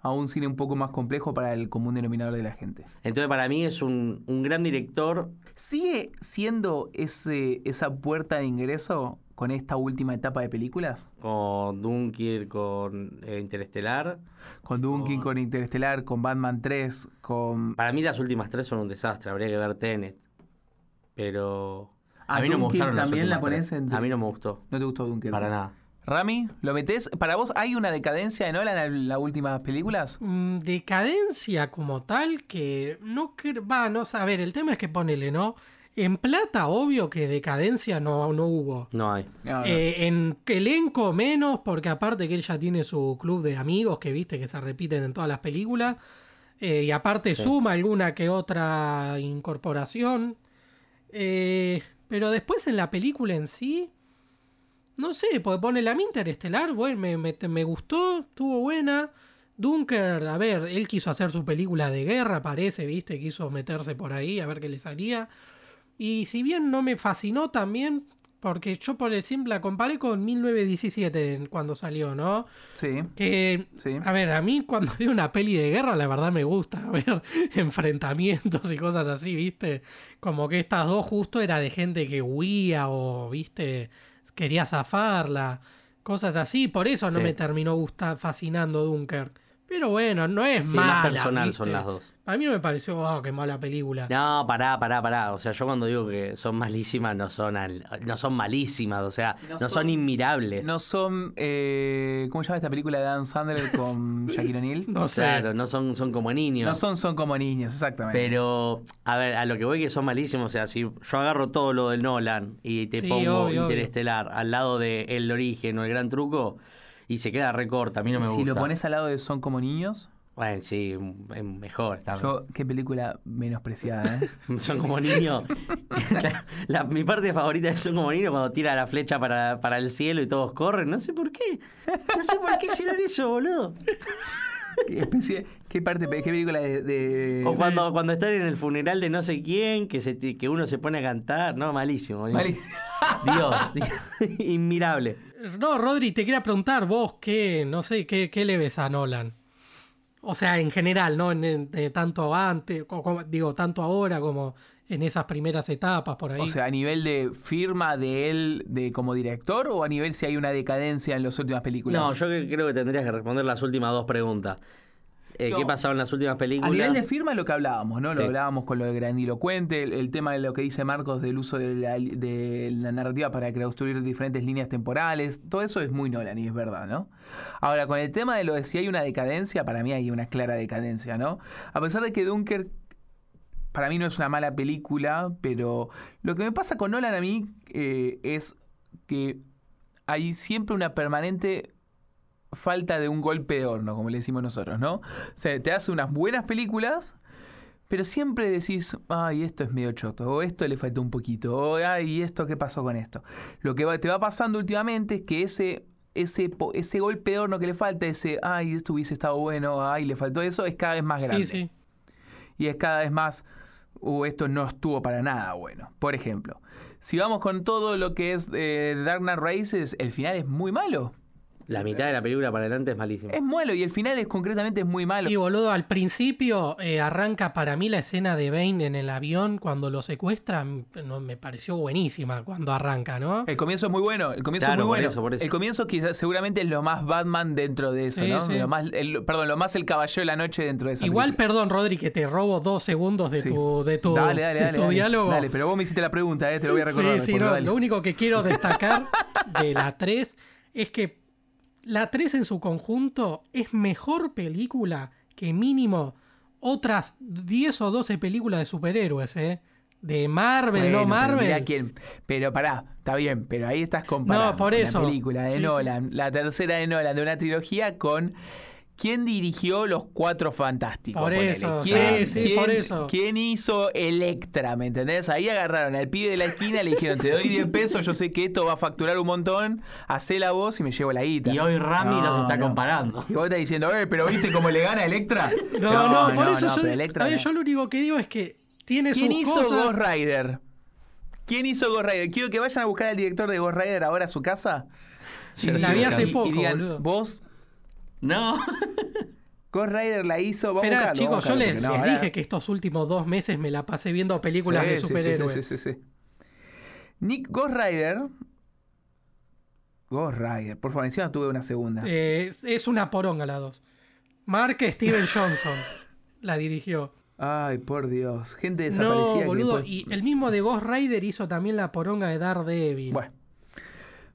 Speaker 1: a un cine un poco más complejo para el común denominador de la gente.
Speaker 3: Entonces, para mí es un, un gran director.
Speaker 1: ¿Sigue siendo ese, esa puerta de ingreso con esta última etapa de películas?
Speaker 3: Con Dunkirk, con eh, Interestelar.
Speaker 1: Con
Speaker 3: Oh.
Speaker 1: Dunkin, con Interestelar, con Batman 3, con...
Speaker 3: Para mí las últimas tres son un desastre. Habría que ver Tenet. Pero...
Speaker 1: Ah, Dunkirk también la
Speaker 3: últimas
Speaker 1: ponés en-
Speaker 3: tres. A mí no me gustó.
Speaker 1: No te gustó Dunkin.
Speaker 3: Para nada.
Speaker 1: Rami, ¿lo metés? ¿Para vos hay una decadencia de Nolan en las últimas películas?
Speaker 2: Mm, decadencia como tal que no cre- va no sé, a ver el tema es que ponele no en plata obvio que decadencia no, no hubo
Speaker 3: No hay.
Speaker 1: No, no.
Speaker 2: Eh, en elenco menos porque aparte que él ya tiene su club de amigos que viste que se repiten en todas las películas Eh, y aparte suma alguna que otra incorporación Eh, pero después en la película en sí no sé, porque pone la Minter Estelar, bueno, me, me- me gustó, estuvo buena. Dunker, a ver, él quiso hacer su película de guerra, parece, viste, quiso meterse por ahí a ver qué le salía. Y si bien no me fascinó también, porque yo por ejemplo la comparé con 1917 en- cuando salió, ¿no?
Speaker 1: Sí.
Speaker 2: Que,
Speaker 1: Sí.
Speaker 2: a ver, a mí cuando veo una peli de guerra, la verdad me gusta ver enfrentamientos y cosas así, ¿viste? Como que estas dos justo era de gente que huía o, ¿viste? Quería zafarla, cosas así. Por eso no
Speaker 3: Sí.
Speaker 2: me terminó gusta, fascinando Dunkerque. Pero bueno, no es
Speaker 3: Sí,
Speaker 2: mala.
Speaker 3: más personal
Speaker 2: ¿viste?
Speaker 3: son las dos.
Speaker 2: A mí no me pareció, wow, qué mala película.
Speaker 3: No, pará, pará, pará. O sea, yo cuando digo que son malísimas, no son, al- no son malísimas, o sea,
Speaker 1: No
Speaker 3: no,
Speaker 1: son-
Speaker 3: son, inmirables.
Speaker 1: No son. eh, ¿Cómo se llama esta película de Dan Sandler con Shaquille O'Neal?
Speaker 2: No sé.
Speaker 3: claro, no son, son como niños.
Speaker 1: No son, son como niñas, exactamente.
Speaker 3: Pero, a ver, a lo que voy que son malísimos. O sea, si yo agarro todo lo de Nolan y te
Speaker 2: Sí,
Speaker 3: pongo
Speaker 2: obvio, obvio.
Speaker 3: Interestelar al lado de El Origen o El Gran Truco y se queda recorta, a mí no me
Speaker 1: si
Speaker 3: gusta.
Speaker 1: lo pones al lado de Son como niños,
Speaker 3: Bueno, sí, es mejor también.
Speaker 1: yo, qué película menospreciada, ¿eh?
Speaker 3: Son como niños. La- la- mi parte favorita de Son como niños cuando tira la flecha para, para el cielo y todos corren. No sé por qué. No sé por qué hicieron eso, boludo.
Speaker 1: ¿Qué, especie- qué parte, qué película de. de-
Speaker 3: O cuando, cuando están en el funeral de no sé quién, que, se, te- que uno se pone a cantar. No, malísimo. malísimo.
Speaker 1: Malísimo.
Speaker 3: Dios, inmirable.
Speaker 2: No, Rodri, te quería preguntar vos qué, no sé, qué, qué le ves a Nolan. O sea, en general, ¿no? En, en- eh, tanto antes, co- como- digo, tanto ahora como en esas primeras etapas por ahí.
Speaker 1: O sea, a nivel de firma de él de como director o a nivel si hay una decadencia en las últimas películas.
Speaker 3: No, yo que- creo que tendrías que responder las últimas dos preguntas. Eh, ¿Qué
Speaker 1: No.
Speaker 3: pasaba en las últimas
Speaker 1: A
Speaker 3: películas?
Speaker 1: nivel de firma lo que hablábamos, ¿no? Lo
Speaker 3: Sí.
Speaker 1: hablábamos con lo de grandilocuente, el, el tema de lo que dice Marcos del uso de la, de la narrativa para construir diferentes líneas temporales, todo eso es muy Nolan y es verdad, ¿no? Ahora, con el tema de lo de si hay una decadencia, para mí hay una clara decadencia, ¿no? A pesar de que Dunker para mí no es una mala película, pero lo que me pasa con Nolan a mí eh, es que hay siempre una permanente falta de un golpe de horno, como le decimos nosotros, ¿no? O sea, te hace unas buenas películas, pero siempre decís, ay, esto es medio choto, o esto le faltó un poquito, o ay, esto qué pasó con esto. Lo que va- te va pasando últimamente es que ese, ese, po- ese golpe de horno que le falta, ese, ay, esto hubiese estado bueno, ay, le faltó eso, es cada vez más grande
Speaker 2: sí, sí.
Speaker 1: y es cada vez más, "Uh, esto no estuvo para nada bueno. Por ejemplo, si vamos con todo lo que es eh, Dark Knight Rises, el final es muy malo.
Speaker 3: La mitad de la película para adelante es malísima.
Speaker 1: Es malo y el final es concretamente es muy malo.
Speaker 2: Y boludo, al principio eh, arranca para mí la escena de Bane en el avión cuando lo secuestran. No, me pareció buenísima cuando arranca, ¿no?
Speaker 1: El comienzo es muy bueno, el comienzo
Speaker 3: Claro,
Speaker 1: es muy
Speaker 3: por
Speaker 1: bueno.
Speaker 3: eso, por eso.
Speaker 1: El comienzo quizás seguramente es lo más Batman dentro de eso,
Speaker 2: Sí,
Speaker 1: ¿no?
Speaker 2: sí.
Speaker 1: Lo más, el- perdón, lo más el caballero de la noche dentro de eso.
Speaker 2: Igual, perdón, Rodri, que te robo dos segundos de tu, de tu,
Speaker 1: dale, dale,
Speaker 2: de
Speaker 1: dale,
Speaker 2: tu
Speaker 1: dale.
Speaker 2: diálogo.
Speaker 1: Dale, pero vos me hiciste la pregunta, eh, te lo voy a recordar.
Speaker 2: Sí, sí,
Speaker 1: después,
Speaker 2: no,
Speaker 1: dale.
Speaker 2: Lo único que quiero destacar de la 3 es que la 3 en su conjunto es mejor película que mínimo otras 10 o 12 películas de superhéroes, ¿eh? De Marvel,
Speaker 1: Bueno,
Speaker 2: no
Speaker 1: pero
Speaker 2: Marvel.
Speaker 1: mirá quién. Pero pará, está bien, pero ahí estás comparando
Speaker 2: No, por eso.
Speaker 1: la película de
Speaker 2: Sí, sí.
Speaker 1: Nolan, la tercera de Nolan de una trilogía con ¿Quién dirigió los cuatro fantásticos?
Speaker 2: Por
Speaker 1: Ponele.
Speaker 2: eso,
Speaker 1: ¿Quién,
Speaker 2: sí, sí,
Speaker 1: quién-
Speaker 2: por eso.
Speaker 1: ¿Quién hizo Electra? ¿Me entendés? Ahí agarraron al pibe de la esquina, le dijeron, te doy 10 pesos, yo sé que esto va a facturar un montón, hacé la voz y me llevo la guita.
Speaker 3: Y hoy Rami
Speaker 1: No,
Speaker 3: los está
Speaker 1: no.
Speaker 3: comparando.
Speaker 1: Y vos estás diciendo, eh, pero viste cómo le gana Electra.
Speaker 2: No, no, por eso yo,
Speaker 1: pero Electra
Speaker 2: a ver,
Speaker 1: no.
Speaker 2: yo lo único que digo es que tiene
Speaker 1: ¿Quién
Speaker 2: sus
Speaker 1: hizo
Speaker 2: cosas.
Speaker 1: Ghost Rider? ¿Quién hizo Ghost Rider? Quiero que vayan a buscar al director de Ghost Rider ahora a su casa.
Speaker 2: Y la vi hace
Speaker 1: Y- y
Speaker 2: poco,
Speaker 1: digan,
Speaker 2: boludo.
Speaker 1: Vos,
Speaker 3: No.
Speaker 1: Ghost Rider la hizo. Vamos
Speaker 2: Esperá,
Speaker 1: a buscarlo,
Speaker 2: chicos,
Speaker 1: vamos a
Speaker 2: yo
Speaker 1: buscarlo,
Speaker 2: les,
Speaker 1: porque no,
Speaker 2: les
Speaker 1: ahora-
Speaker 2: dije que estos últimos dos meses me la pasé viendo películas
Speaker 1: Sí,
Speaker 2: de
Speaker 1: sí, sí,
Speaker 2: superhéroes.
Speaker 1: sí, sí, sí, sí. Nick Ghost Rider. Ghost Rider, por favor, encima tuve una segunda.
Speaker 2: Eh, es, es una poronga la dos. Mark Steven Johnson la dirigió.
Speaker 1: Ay, por Dios. Gente
Speaker 2: No,
Speaker 1: desaparecida. que
Speaker 2: boludo.
Speaker 1: después-
Speaker 2: Y el mismo de Ghost Rider hizo también la poronga de Daredevil.
Speaker 1: Bueno.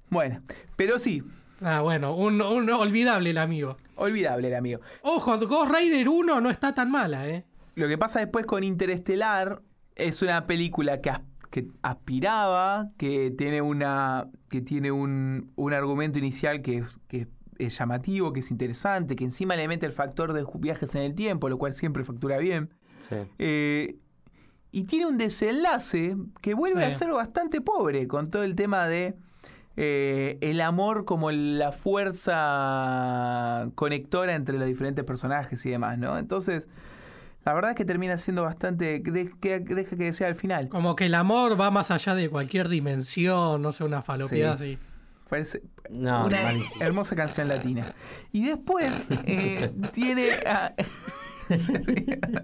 Speaker 1: Bueno, pero sí,
Speaker 2: Ah, bueno, un, un olvidable el amigo.
Speaker 1: olvidable el amigo.
Speaker 2: Ojo, Ghost Rider 1 no está tan mala, ¿eh?
Speaker 1: Lo que pasa después con Interestelar es una película que, as- que aspiraba, que tiene una. que tiene un, un argumento inicial que, es- que es llamativo, que es interesante, que encima le mete el factor de ju- viajes en el tiempo, lo cual siempre factura bien. Eh, y tiene un desenlace que vuelve
Speaker 2: Sí.
Speaker 1: a ser bastante pobre con todo el tema de eh, el amor como la fuerza conectora entre los diferentes personajes y demás, ¿no? Entonces, la verdad es que termina siendo bastante. de- que- deja que desea al final.
Speaker 2: Como que el amor va más allá de cualquier dimensión, no sé, una falopeada así.
Speaker 1: Parece
Speaker 3: No,
Speaker 1: una
Speaker 3: malísimo.
Speaker 1: hermosa canción latina. Y después eh, tiene. a-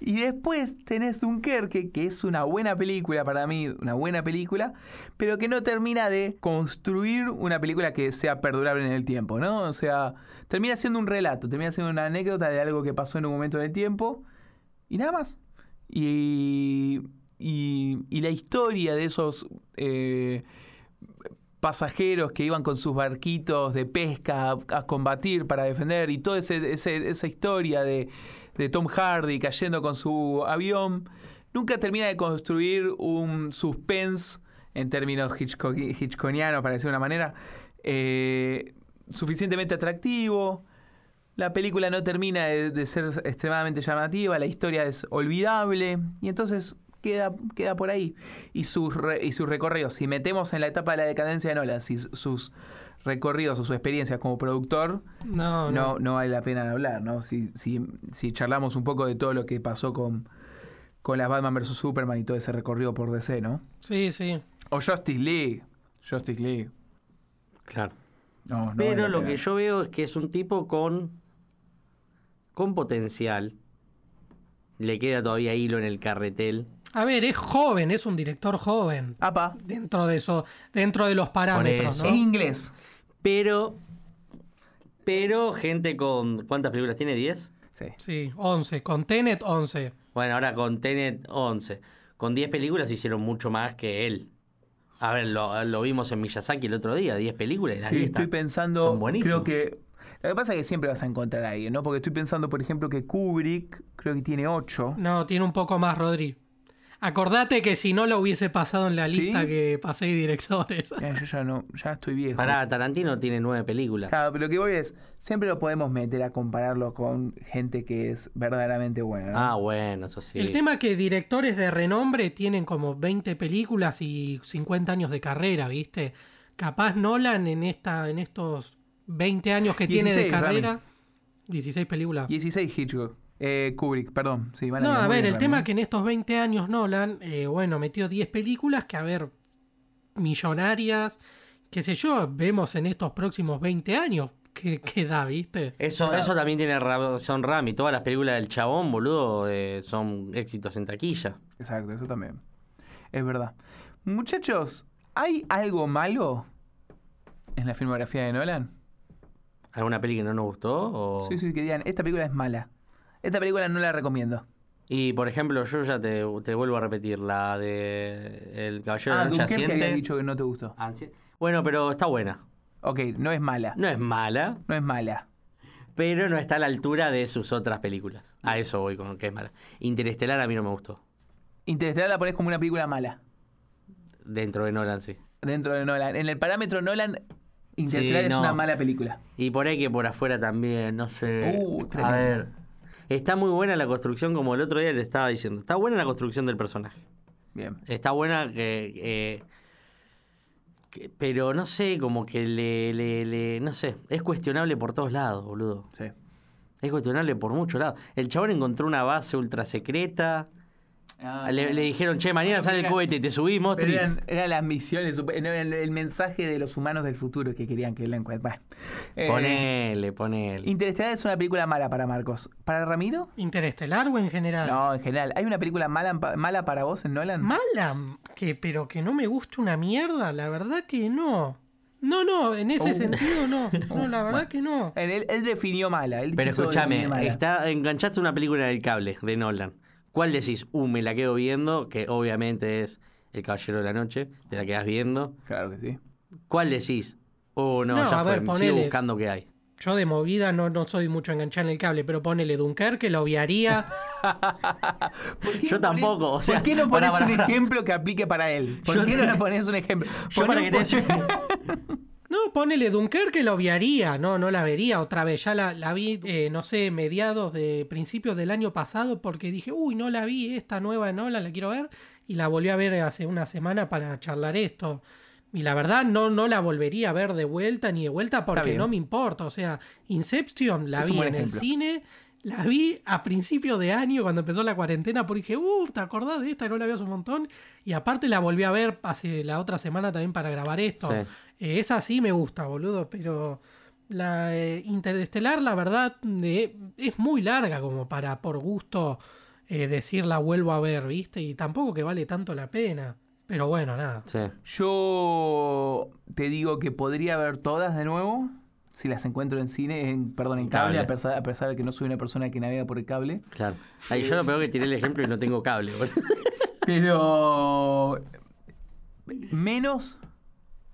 Speaker 1: y después tenés Dunkerque, que es una buena película para mí, una buena película, pero que no termina de construir una película que sea perdurable en el tiempo, ¿no? O sea, termina siendo un relato, termina siendo una anécdota de algo que pasó en un momento del tiempo y nada más. Y, y, y la historia de esos eh, pasajeros que iban con sus barquitos de pesca a, a combatir para defender y toda ese, ese- esa historia de, de Tom Hardy cayendo con su avión, nunca termina de construir un suspense en términos Hitchcock, hitchconianos, para decir de una manera, eh, suficientemente atractivo. La película no termina de, de ser extremadamente llamativa, la historia es olvidable y entonces queda, queda por ahí. Y sus, re- y sus recorridos, si metemos en la etapa de la decadencia de Nolan, si sus recorridos o su experiencia como productor,
Speaker 2: No,
Speaker 1: no,
Speaker 2: no.
Speaker 1: no vale la pena hablar, ¿no? Si, si, si charlamos un poco de todo lo que pasó con, con las Batman vs. Superman y todo ese recorrido por DC, ¿no?
Speaker 2: Sí, sí.
Speaker 1: O Justice League. Justice League.
Speaker 3: Claro.
Speaker 1: No, no vale
Speaker 3: Pero
Speaker 1: la
Speaker 3: lo
Speaker 1: pena.
Speaker 3: que yo veo es que es un tipo con. con potencial. Le queda todavía hilo en el carretel.
Speaker 2: A ver, es joven, es un director joven.
Speaker 1: Apa,
Speaker 2: Dentro de eso, dentro de los parámetros,
Speaker 3: eso.
Speaker 1: es
Speaker 2: ¿no?
Speaker 1: inglés.
Speaker 3: Pero. Pero gente con. ¿Cuántas películas tiene? ¿10?
Speaker 1: Sí.
Speaker 2: Sí, 11. Con Tenet, 11.
Speaker 3: Bueno, ahora con Tenet 11. Con 10 películas hicieron mucho más que él. A ver, lo, lo vimos en Miyazaki el otro día, 10 películas. y las
Speaker 1: Sí,
Speaker 3: 10
Speaker 1: estoy
Speaker 3: están-
Speaker 1: pensando.
Speaker 3: Son buenísimas.
Speaker 1: Creo que. Lo que pasa es que siempre vas a encontrar a alguien, ¿no? Porque estoy pensando, por ejemplo, que Kubrick creo que tiene ocho.
Speaker 2: No, tiene un poco más, Rodri. Acordate que si no lo hubiese pasado en la
Speaker 1: ¿Sí?
Speaker 2: lista que pasé de directores.
Speaker 1: Ya, Eh, yo ya no, ya estoy viejo.
Speaker 3: Pará, Tarantino tiene 9 películas.
Speaker 1: Claro, pero lo que voy es, siempre lo podemos meter a compararlo con gente que es verdaderamente buena, ¿no?
Speaker 3: Ah, bueno, eso sí.
Speaker 2: El tema que directores de renombre tienen como 20 películas y 50 años de carrera, ¿viste? Capaz Nolan en esta en estos 20 años que tiene de
Speaker 1: 16,
Speaker 2: carrera, 16 películas.
Speaker 1: 16 Hitchcock. Eh, Kubrick, perdón. Sí, van
Speaker 2: No, a
Speaker 1: muy
Speaker 2: ver,
Speaker 1: bien,
Speaker 2: el tema
Speaker 1: Rami.
Speaker 2: que en estos 20 años Nolan, eh, bueno, metió 10 películas que, a ver, millonarias, qué sé yo, vemos en estos próximos 20 años qué, qué da, ¿viste?
Speaker 3: Eso, eso también tiene razón Rami. Todas las películas del chabón, boludo, eh, son éxitos en taquilla.
Speaker 1: Exacto, eso también. Es verdad. Muchachos, ¿hay algo malo en la filmografía de Nolan?
Speaker 3: ¿Alguna peli que no nos gustó? O-
Speaker 1: Sí, sí, que digan, esta película es mala. Esta película no la recomiendo.
Speaker 3: Y por ejemplo, yo ya te, te vuelvo a repetir la de El Caballero
Speaker 1: ah,
Speaker 3: de la Noche
Speaker 1: Dunkerque
Speaker 3: Asiente.
Speaker 1: habías dicho que no te gustó.
Speaker 3: Ansi- Bueno, pero está buena.
Speaker 1: Ok, no es mala.
Speaker 3: No es mala,
Speaker 1: No es mala.
Speaker 3: pero no está a la altura de sus otras películas. A eso voy con que es mala. Interestelar a mí no me gustó.
Speaker 1: Interestelar la pones como una película mala.
Speaker 3: Dentro de Nolan, sí.
Speaker 1: Dentro de Nolan. En el parámetro Nolan, Interestelar
Speaker 3: Sí,
Speaker 1: es
Speaker 3: no.
Speaker 1: una mala película.
Speaker 3: Y por ahí que por afuera también, no sé.
Speaker 1: Uh,
Speaker 3: a
Speaker 1: tremendo.
Speaker 3: ver. Está muy buena la construcción, como el otro día te estaba diciendo. Está buena la construcción del personaje.
Speaker 1: Bien.
Speaker 3: Está buena que. eh, que- pero no sé, como que le, le- le- No sé. Es cuestionable por todos lados, boludo.
Speaker 1: Sí.
Speaker 3: Es cuestionable por muchos lados. El chabón encontró una base ultra secreta.
Speaker 1: Ah,
Speaker 3: le, le dijeron, che, mañana
Speaker 1: Bueno,
Speaker 3: sale el
Speaker 1: mira.
Speaker 3: cohete, te subimos.
Speaker 1: Pero eran, eran las misiones, sup- no, era el, el mensaje de los humanos del futuro que querían que él encuentre. Bueno. Eh,
Speaker 3: Ponele, ponele.
Speaker 1: Interestelar es una película mala para Marcos. ¿Para Ramiro?
Speaker 2: Interestelar o en
Speaker 3: Ah.
Speaker 2: general.
Speaker 1: No, en general. ¿Hay una película mala, en pa- mala para vos en Nolan?
Speaker 2: Mala, que, pero que no me gusta una mierda, la verdad que no. No, no, en ese
Speaker 1: Uh.
Speaker 2: sentido no. No, la verdad que no.
Speaker 1: Eh, él, él definió mala. él
Speaker 3: Pero
Speaker 1: quiso
Speaker 3: escúchame,
Speaker 1: definir mala.
Speaker 3: está, enganchaste una película del cable de Nolan. ¿Cuál decís? Uh, me la quedo viendo, que obviamente es El Caballero de la Noche, te la quedas viendo.
Speaker 1: Claro que sí.
Speaker 3: ¿Cuál decís? Uh, no,
Speaker 2: No,
Speaker 3: ya
Speaker 2: a
Speaker 3: fue,
Speaker 2: ver,
Speaker 3: sigo
Speaker 2: ponele.
Speaker 3: buscando qué hay.
Speaker 2: Yo de movida no, no soy mucho enganchar en el cable, pero ponele Dunkerque, lo obviaría.
Speaker 3: Yo tampoco, o sea,
Speaker 1: ¿Por qué no
Speaker 3: pará,
Speaker 1: pones
Speaker 3: pará,
Speaker 1: un
Speaker 3: pará.
Speaker 1: ejemplo que aplique para él? ¿Por
Speaker 3: Yo-
Speaker 1: qué no le pones un ejemplo?
Speaker 3: Yo
Speaker 1: Poné
Speaker 3: para
Speaker 1: un
Speaker 3: que
Speaker 1: po-
Speaker 3: te des-
Speaker 2: No, ponele Dunkerque, la obviaría. No, no la vería otra vez. Ya la, la vi, eh, no sé, mediados de principios del año pasado porque dije, uy, no la vi, esta nueva no la, la quiero ver. Y la volví a ver hace una semana para charlar esto. Y la verdad no, no la volvería a ver de vuelta ni de vuelta porque
Speaker 1: bien.
Speaker 2: no me importa. O sea, Inception la
Speaker 1: Es un
Speaker 2: vi en
Speaker 1: buen
Speaker 2: el
Speaker 1: ejemplo.
Speaker 2: cine. La vi a principio de año cuando empezó la cuarentena porque dije, uff, ¿te acordás de esta? No la vi hace un montón. Y aparte la volví a ver hace la otra semana también para grabar esto.
Speaker 3: Sí.
Speaker 2: Eh, esa sí me gusta, boludo, pero La eh, Interestelar, la verdad, de- es muy larga como para por gusto eh, decir la vuelvo a ver, ¿viste? Y tampoco que vale tanto la pena. Pero bueno, nada.
Speaker 3: Sí.
Speaker 1: Yo te digo que podría ver todas de nuevo. Si las encuentro en cine, en, perdón, en cable,
Speaker 3: Cable.
Speaker 1: A, pesar, a pesar de que no soy una persona que navega por el cable.
Speaker 3: Claro. Ay, yo lo peor que tiré el ejemplo y no tengo cable, boludo.
Speaker 1: Pero. Menos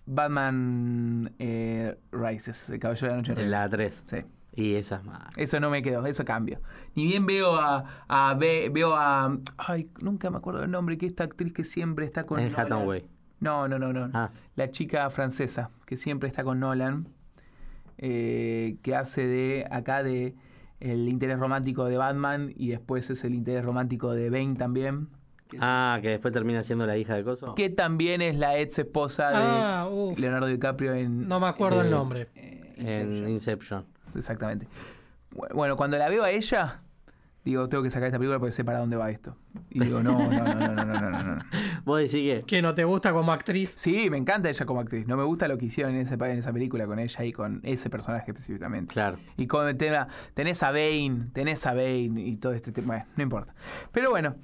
Speaker 1: Batman eh, Rises, el Caballero de la Noche. Reina.
Speaker 3: La 3.
Speaker 1: Sí.
Speaker 3: Y esas más.
Speaker 1: Eso no me quedó, eso cambio. Ni bien veo a, a ve- veo a ay, nunca me acuerdo del nombre, que esta actriz que siempre está con
Speaker 3: En
Speaker 1: Nolan.
Speaker 3: Hathaway.
Speaker 1: No, no, no, no.
Speaker 3: Ah.
Speaker 1: La chica francesa que siempre está con Nolan, eh, que hace de acá de el interés romántico de Batman y después es el interés romántico de Bane también,
Speaker 3: Ah, que después termina siendo la hija de Coso.
Speaker 1: que también es la ex esposa de
Speaker 2: Ah, uf.
Speaker 1: Leonardo DiCaprio en
Speaker 2: No me acuerdo
Speaker 3: Sí.
Speaker 2: el nombre.
Speaker 1: eh,
Speaker 3: En
Speaker 1: Inception.
Speaker 3: Inception.
Speaker 1: Exactamente. Bu- Bueno, cuando la veo a ella, digo, tengo que sacar esta película porque sé para dónde va esto. Y digo, no, no, no, no, no, no, no, no.
Speaker 3: Vos decís que.
Speaker 2: Que no te gusta como actriz.
Speaker 1: Sí, me encanta ella como actriz. No me gusta lo que hicieron en, ese, pa- en esa película con ella y con ese personaje específicamente.
Speaker 3: Claro.
Speaker 1: Y con el tema, tenés a Bane, tenés a Bane y todo este tema. Bueno, no importa. Pero bueno,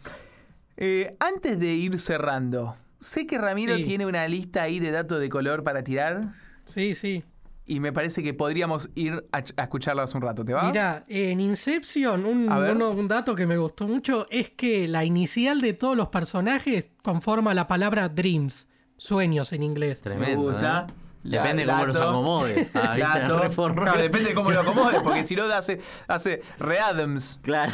Speaker 1: eh, antes de ir cerrando, sé que Ramiro
Speaker 2: Sí.
Speaker 1: tiene una lista ahí de datos de color para tirar
Speaker 2: Sí, sí.
Speaker 1: y me parece que podríamos ir a, ch- a escucharlas un rato, ¿te va?
Speaker 2: Mirá, en Inception, un,
Speaker 1: A ver.
Speaker 2: uno- un dato que me gustó mucho es que la inicial de todos los personajes conforma la palabra dreams, sueños en inglés.
Speaker 3: Tremendo.
Speaker 1: Me gusta.
Speaker 3: ¿eh? Depende
Speaker 1: La-
Speaker 3: cómo los
Speaker 1: dato.
Speaker 3: acomodes. Ah, ¿viste?
Speaker 1: Dato.
Speaker 3: Reforro.
Speaker 1: Claro, depende de cómo lo acomodes, porque si no hace, hace readams.
Speaker 3: Claro.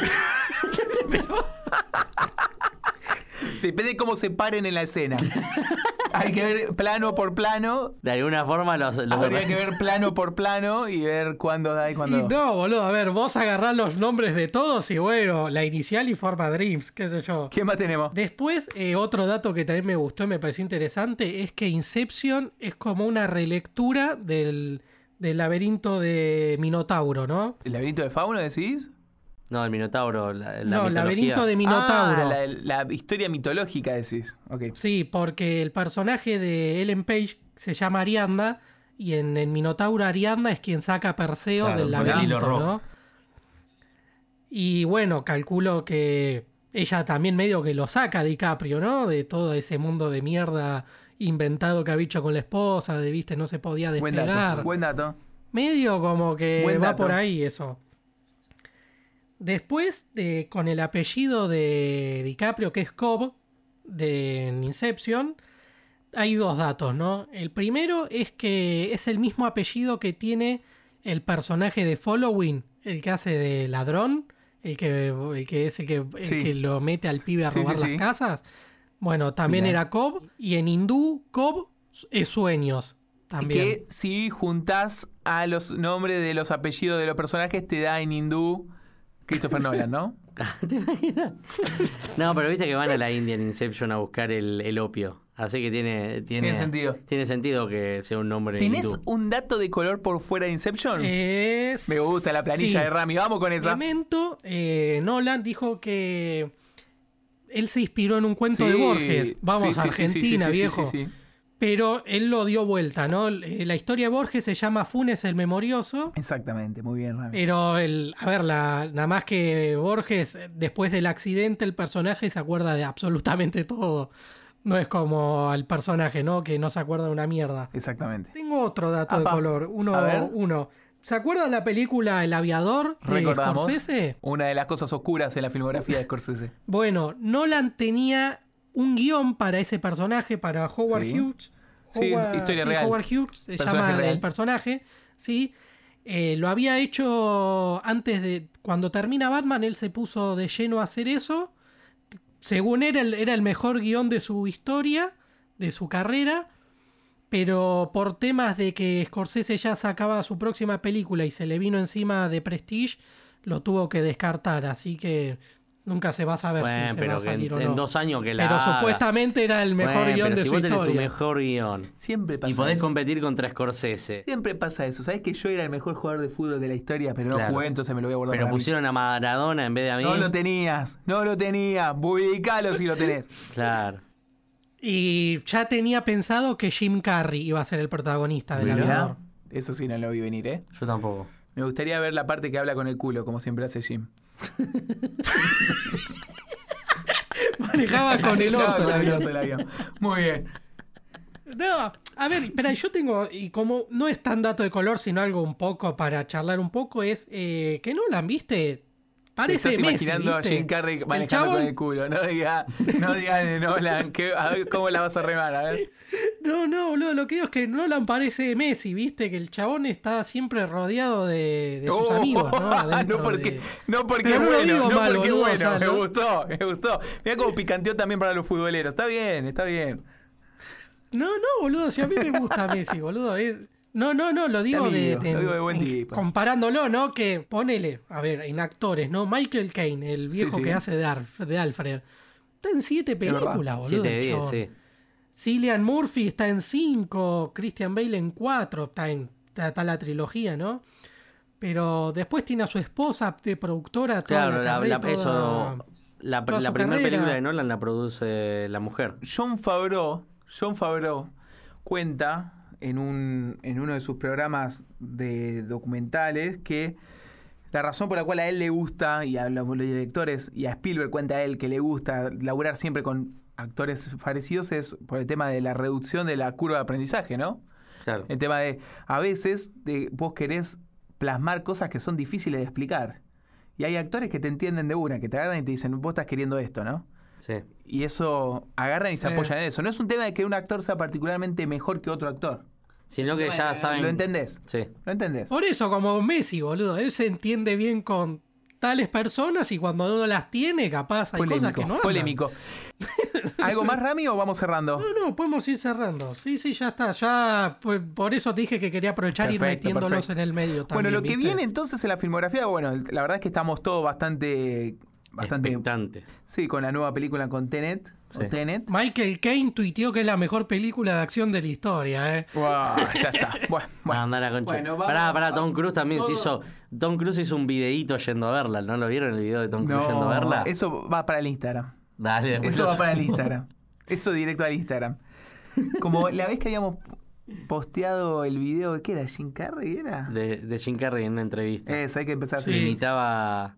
Speaker 1: Depende de cómo se paren en la escena. Hay que ver plano por plano.
Speaker 3: De alguna forma los. los
Speaker 1: Habría que ver plano por plano y ver cuándo da y cuándo
Speaker 2: Y
Speaker 1: no.
Speaker 2: no, boludo, a ver, vos agarrás los nombres de todos y bueno, la inicial y forma dreams, qué sé yo.
Speaker 1: ¿Qué más tenemos?
Speaker 2: Después, eh, otro dato que también me gustó y me pareció interesante es que Inception es como una relectura del, del laberinto de Minotauro, ¿no?
Speaker 1: ¿El laberinto del fauno decís?
Speaker 3: No, el Minotauro. La, la
Speaker 2: no,
Speaker 3: mitología.
Speaker 2: laberinto de Minotauro.
Speaker 1: Ah, la, la historia mitológica decís. Ok.
Speaker 2: Sí, porque el personaje de Ellen Page se llama Arianda y en el Minotauro Arianda es quien saca a Perseo
Speaker 3: Claro,
Speaker 2: del
Speaker 3: con el hilo
Speaker 2: laberinto,
Speaker 3: rojo.
Speaker 2: ¿no? Y bueno, calculo que ella también medio que lo saca a DiCaprio, ¿no? De todo ese mundo de mierda inventado que ha bicho con la esposa, de viste, no se podía
Speaker 1: Buen
Speaker 2: despegar.
Speaker 1: dato. Buen dato.
Speaker 2: Medio como que
Speaker 1: Buen
Speaker 2: va
Speaker 1: dato.
Speaker 2: por ahí eso. Después, de, con el apellido de DiCaprio, que es Cobb, de Inception, hay dos datos, ¿no? El primero es que es el mismo apellido que tiene el personaje de Following, el que hace de ladrón, el que, el que es el que, el
Speaker 1: Sí.
Speaker 2: que lo mete al pibe a
Speaker 1: Sí,
Speaker 2: robar
Speaker 1: sí,
Speaker 2: las
Speaker 1: sí.
Speaker 2: casas. Bueno, también
Speaker 1: Mirá.
Speaker 2: era Cobb, y en hindú, Cobb es sueños. También.
Speaker 1: Que si juntás a los nombres de los apellidos de los personajes, te da en hindú Christopher Nolan, ¿no?
Speaker 3: Ah, ¿Te imaginas? No, pero viste que van a la India en Inception a buscar el, el opio. Así que tiene, tiene.
Speaker 1: Tiene sentido.
Speaker 3: Tiene sentido que sea un nombre.
Speaker 1: ¿Tenés
Speaker 3: hindú.
Speaker 1: un dato de color por fuera de Inception?
Speaker 2: Es-
Speaker 1: Me gusta la planilla
Speaker 2: Eh, sí.
Speaker 1: de Rami, vamos con esa.
Speaker 2: Memento, eh, Nolan dijo que él se inspiró en un cuento
Speaker 1: Sí,
Speaker 2: de Borges.
Speaker 1: sí,
Speaker 2: Vamos,
Speaker 1: sí, sí, sí,
Speaker 2: Argentina,
Speaker 1: sí, sí,
Speaker 2: viejo.
Speaker 1: sí, sí.
Speaker 2: Pero él lo dio vuelta, ¿no? Eh, La historia de Borges se llama Funes el Memorioso.
Speaker 1: Exactamente, muy bien, Rami.
Speaker 2: Pero, el, a ver, la, nada más que Borges, eh, después del accidente, el personaje se acuerda de absolutamente todo. No es como al personaje, ¿no? Que no se acuerda de una mierda.
Speaker 1: Exactamente.
Speaker 2: Tengo otro dato de
Speaker 1: Apa.
Speaker 2: color.
Speaker 1: A ver.
Speaker 2: Uno, uno. ¿Se acuerdan la película El Aviador de
Speaker 1: Recordamos
Speaker 2: Scorsese?
Speaker 1: una de las cosas oscuras en la filmografía de Scorsese.
Speaker 2: Bueno, Nolan tenía un guión para ese personaje, para Howard
Speaker 1: Sí.
Speaker 2: Hughes.
Speaker 1: Sí,
Speaker 2: Howard,
Speaker 1: historia
Speaker 2: sí,
Speaker 1: real.
Speaker 2: Howard Hughes se
Speaker 1: Personaje
Speaker 2: llama
Speaker 1: real.
Speaker 2: el personaje, sí. Eh, lo había hecho antes de. Cuando termina Batman, él se puso de lleno a hacer eso. Según era el, era el mejor guión de su historia, de su carrera. Pero por temas de que Scorsese ya sacaba su próxima película y se le vino encima de Prestige, lo tuvo que descartar. Así que nunca se va a saber
Speaker 3: Bueno,
Speaker 2: si se va
Speaker 3: pero
Speaker 2: a
Speaker 3: que en,
Speaker 2: salir o
Speaker 3: en
Speaker 2: no.
Speaker 3: dos años que la.
Speaker 2: pero
Speaker 3: haga.
Speaker 2: supuestamente era el mejor
Speaker 3: Bueno,
Speaker 2: guión
Speaker 3: pero
Speaker 2: de
Speaker 3: si
Speaker 2: su
Speaker 3: vos tenés tu
Speaker 2: historia.
Speaker 3: mejor guión.
Speaker 1: Siempre pasa
Speaker 3: Y podés
Speaker 1: eso.
Speaker 3: competir contra Scorsese.
Speaker 1: Siempre pasa eso. Sabés que yo era el mejor jugador de fútbol de la historia, pero no
Speaker 3: Claro.
Speaker 1: jugué, entonces me lo voy a guardar.
Speaker 3: Pero
Speaker 1: para mí.
Speaker 3: pusieron a Maradona en vez de a mí.
Speaker 1: No lo tenías, no lo tenías. Publicalo si lo tenés.
Speaker 3: Claro.
Speaker 2: Y ya tenía pensado que Jim Carrey iba a ser el protagonista del
Speaker 1: Mirá,
Speaker 2: aviador.
Speaker 1: Eso sí no lo vi venir, ¿eh?
Speaker 3: Yo tampoco.
Speaker 1: Me gustaría ver la parte que habla con el culo, como siempre hace Jim.
Speaker 2: Manejaba Ah, con el
Speaker 1: Claro,
Speaker 2: orto.
Speaker 1: con el
Speaker 2: David.
Speaker 1: orto del avión. Muy bien.
Speaker 2: No, a ver, espera, yo tengo, y como no es tan dato de color, sino algo un poco para charlar un poco, es eh, que no la viste. Parece
Speaker 1: Te estás
Speaker 2: Messi,
Speaker 1: imaginando
Speaker 2: ¿viste?
Speaker 1: a Jim Carrey
Speaker 2: El
Speaker 1: manejando
Speaker 2: chabón-
Speaker 1: con el culo. No digas, no diga, Nolan, que- a ver cómo la vas a remar, a ver.
Speaker 2: No, no, boludo, lo que digo es que Nolan parece Messi, viste, que el chabón está siempre rodeado de, de sus
Speaker 1: Oh,
Speaker 2: amigos, ¿no? Adentro
Speaker 1: no porque,
Speaker 2: de-
Speaker 1: no porque
Speaker 2: Pero no lo
Speaker 1: bueno,
Speaker 2: digo
Speaker 1: no
Speaker 2: mal,
Speaker 1: porque
Speaker 2: boludo, o
Speaker 1: bueno.
Speaker 2: sea,
Speaker 1: me
Speaker 2: no-
Speaker 1: gustó, me gustó. Mira cómo picanteó también para los futboleros. Está bien, está bien.
Speaker 2: No, no, boludo, si a mí me gusta Messi, boludo, es... No, no, no, lo digo de,
Speaker 1: amigo, lo digo de buen tipo.
Speaker 2: Comparándolo, ¿no? Que ponele, a ver, en actores, ¿no? Michael Caine, el viejo
Speaker 1: sí.
Speaker 2: que hace de, Alf- de Alfred, está en siete
Speaker 1: verdad.
Speaker 2: películas, Ah, boludo.
Speaker 3: 7 de
Speaker 2: el
Speaker 3: 10,
Speaker 2: chabón.
Speaker 3: sí.
Speaker 2: Cillian Murphy está en 5, Christian Bale en 4, está, en- está, está la trilogía, ¿no? Pero después tiene a su esposa de productora toda
Speaker 3: Claro,
Speaker 2: la carrera,
Speaker 3: la, la- eso.
Speaker 2: toda-
Speaker 3: La,
Speaker 2: toda su
Speaker 3: primera
Speaker 2: carrera.
Speaker 3: película de Nolan la produce la mujer.
Speaker 1: John Favreau, John Favreau cuenta en, un, en uno de sus programas de documentales que la razón por la cual a él le gusta, y a los los directores, y a Spielberg cuenta a él que le gusta laburar siempre con actores parecidos es por el tema de la reducción de la curva de aprendizaje, ¿no?
Speaker 3: Claro.
Speaker 1: El tema de, a veces, de, vos querés plasmar cosas que son difíciles de explicar. Y hay actores que te entienden de una, que te agarran y te dicen, vos estás queriendo esto, ¿no?
Speaker 3: Sí.
Speaker 1: Y eso agarran y se
Speaker 2: Eh.
Speaker 1: apoyan en eso. No es un tema de que un actor sea particularmente mejor que otro actor.
Speaker 3: Sino que ya saben.
Speaker 1: ¿Lo entendés?
Speaker 3: Sí.
Speaker 1: ¿Lo entendés?
Speaker 2: Por eso, como Messi, boludo, él se entiende bien con tales personas y cuando no las tiene, capaz hay cosas
Speaker 1: polémico.
Speaker 2: que no andan.
Speaker 1: polémico. ¿Algo más, Rami, o vamos cerrando?
Speaker 2: No, no, podemos ir cerrando. Sí, sí, ya está. Ya por, por eso te dije que quería aprovechar y ir
Speaker 1: Perfecto,
Speaker 2: metiéndolos
Speaker 1: perfecto.
Speaker 2: en el medio también.
Speaker 1: bueno, lo que
Speaker 2: ¿viste?
Speaker 1: viene entonces en la filmografía, bueno, la verdad es que estamos todos bastante. bastante
Speaker 3: Expectantes.
Speaker 1: sí, con la nueva película con Tenet. o
Speaker 3: Sí.
Speaker 1: Tenet.
Speaker 2: Michael Caine tuiteó que es la mejor película de acción de la historia, ¿eh?
Speaker 1: Buah, ya está. Bueno,
Speaker 3: Bueno,
Speaker 1: bueno.
Speaker 3: anda la concha.
Speaker 1: Bueno, vamos
Speaker 3: pará, pará,
Speaker 1: a-
Speaker 3: Tom Cruise también se hizo. Tom Cruise hizo un videíto yendo a verla. ¿No lo vieron el video de Tom Cruise yendo a verla?
Speaker 1: eso va para el Instagram.
Speaker 3: Dale, después
Speaker 1: Eso
Speaker 3: lo
Speaker 1: va para el
Speaker 3: subo.
Speaker 1: Instagram. Eso directo al Instagram. Como la vez que habíamos posteado el video, ¿qué era? ¿Jim Carrey era?
Speaker 3: De, de Jim Carrey en una entrevista.
Speaker 1: Eso, hay que empezar
Speaker 3: Que
Speaker 1: así.
Speaker 3: imitaba.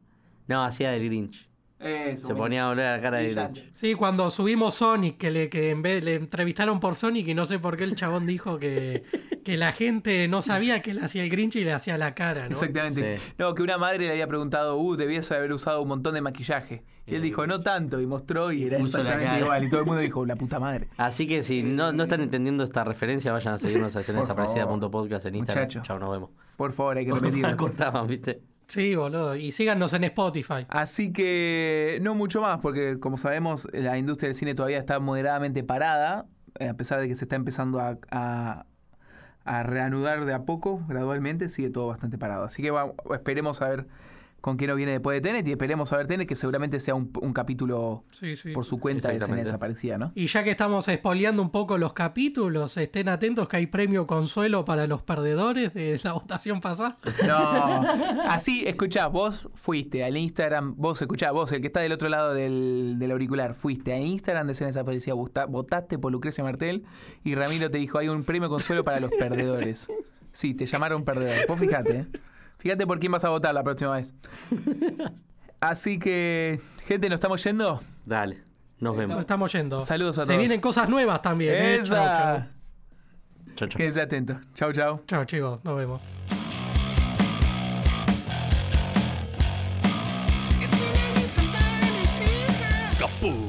Speaker 3: No, hacía del Grinch.
Speaker 1: Eso,
Speaker 3: Se
Speaker 1: bueno.
Speaker 3: ponía a volver la cara de
Speaker 1: Brillante.
Speaker 3: Grinch.
Speaker 2: Sí, cuando subimos Sonic, que, le, que en vez le entrevistaron por Sonic y no sé por qué el chabón dijo que, que la gente no sabía que le hacía el Grinch y le hacía la cara, ¿no?
Speaker 1: Exactamente.
Speaker 3: Sí.
Speaker 1: No, que una madre le había preguntado, uh, debías haber usado un montón de maquillaje. Y él
Speaker 3: Eh.
Speaker 1: dijo, no tanto, y mostró y era
Speaker 3: Puso la
Speaker 1: exactamente
Speaker 3: cara.
Speaker 1: igual. Y todo el mundo dijo, la puta madre.
Speaker 3: Así que si no, no están entendiendo esta referencia, vayan a seguirnos a escenadesaparecida.podcast en Instagram.
Speaker 1: Muchacho.
Speaker 3: Chao, nos vemos.
Speaker 1: Por favor, hay que repetirlo.
Speaker 3: Cortaban, ¿viste?
Speaker 2: Sí, boludo. Y síganos en Spotify.
Speaker 1: Así que no mucho más, porque como sabemos, la industria del cine todavía está moderadamente parada, eh, a pesar de que se está empezando a, a- a reanudar de a poco, gradualmente, sigue todo bastante parado. Así que va- esperemos a ver con quién nos viene después de Tenet y esperemos a ver Tenet, que seguramente sea un, un capítulo
Speaker 2: Sí, sí.
Speaker 1: por su cuenta de escena
Speaker 3: Exactamente.
Speaker 1: desaparecida, ¿no?
Speaker 2: Y ya que estamos espoleando un poco los capítulos, estén atentos que hay premio consuelo para los perdedores de la votación pasada.
Speaker 1: No, así, escuchá, vos fuiste al Instagram, vos escuchá, vos, el que está del otro lado del, del auricular, fuiste al Instagram de Escena Desaparecida, vota- votaste por Lucrecia Martel y Ramiro te dijo, hay un premio consuelo para los perdedores. Sí, te llamaron perdedor. Vos fijate, ¿eh? Fíjate por quién vas a votar la próxima vez. Así que, gente, ¿nos estamos yendo?
Speaker 3: Dale, nos
Speaker 2: Nos
Speaker 3: vemos.
Speaker 2: estamos yendo.
Speaker 1: Saludos a
Speaker 2: Se
Speaker 1: todos.
Speaker 2: vienen cosas nuevas también. ¿eh? Chau,
Speaker 1: ¡Esa!
Speaker 3: Chao, chao.
Speaker 1: Quédense atentos. Chau, chau.
Speaker 2: chau. Chau, chicos. Nos vemos.
Speaker 4: If we needed some diamonds, we have.
Speaker 5: Kapoor!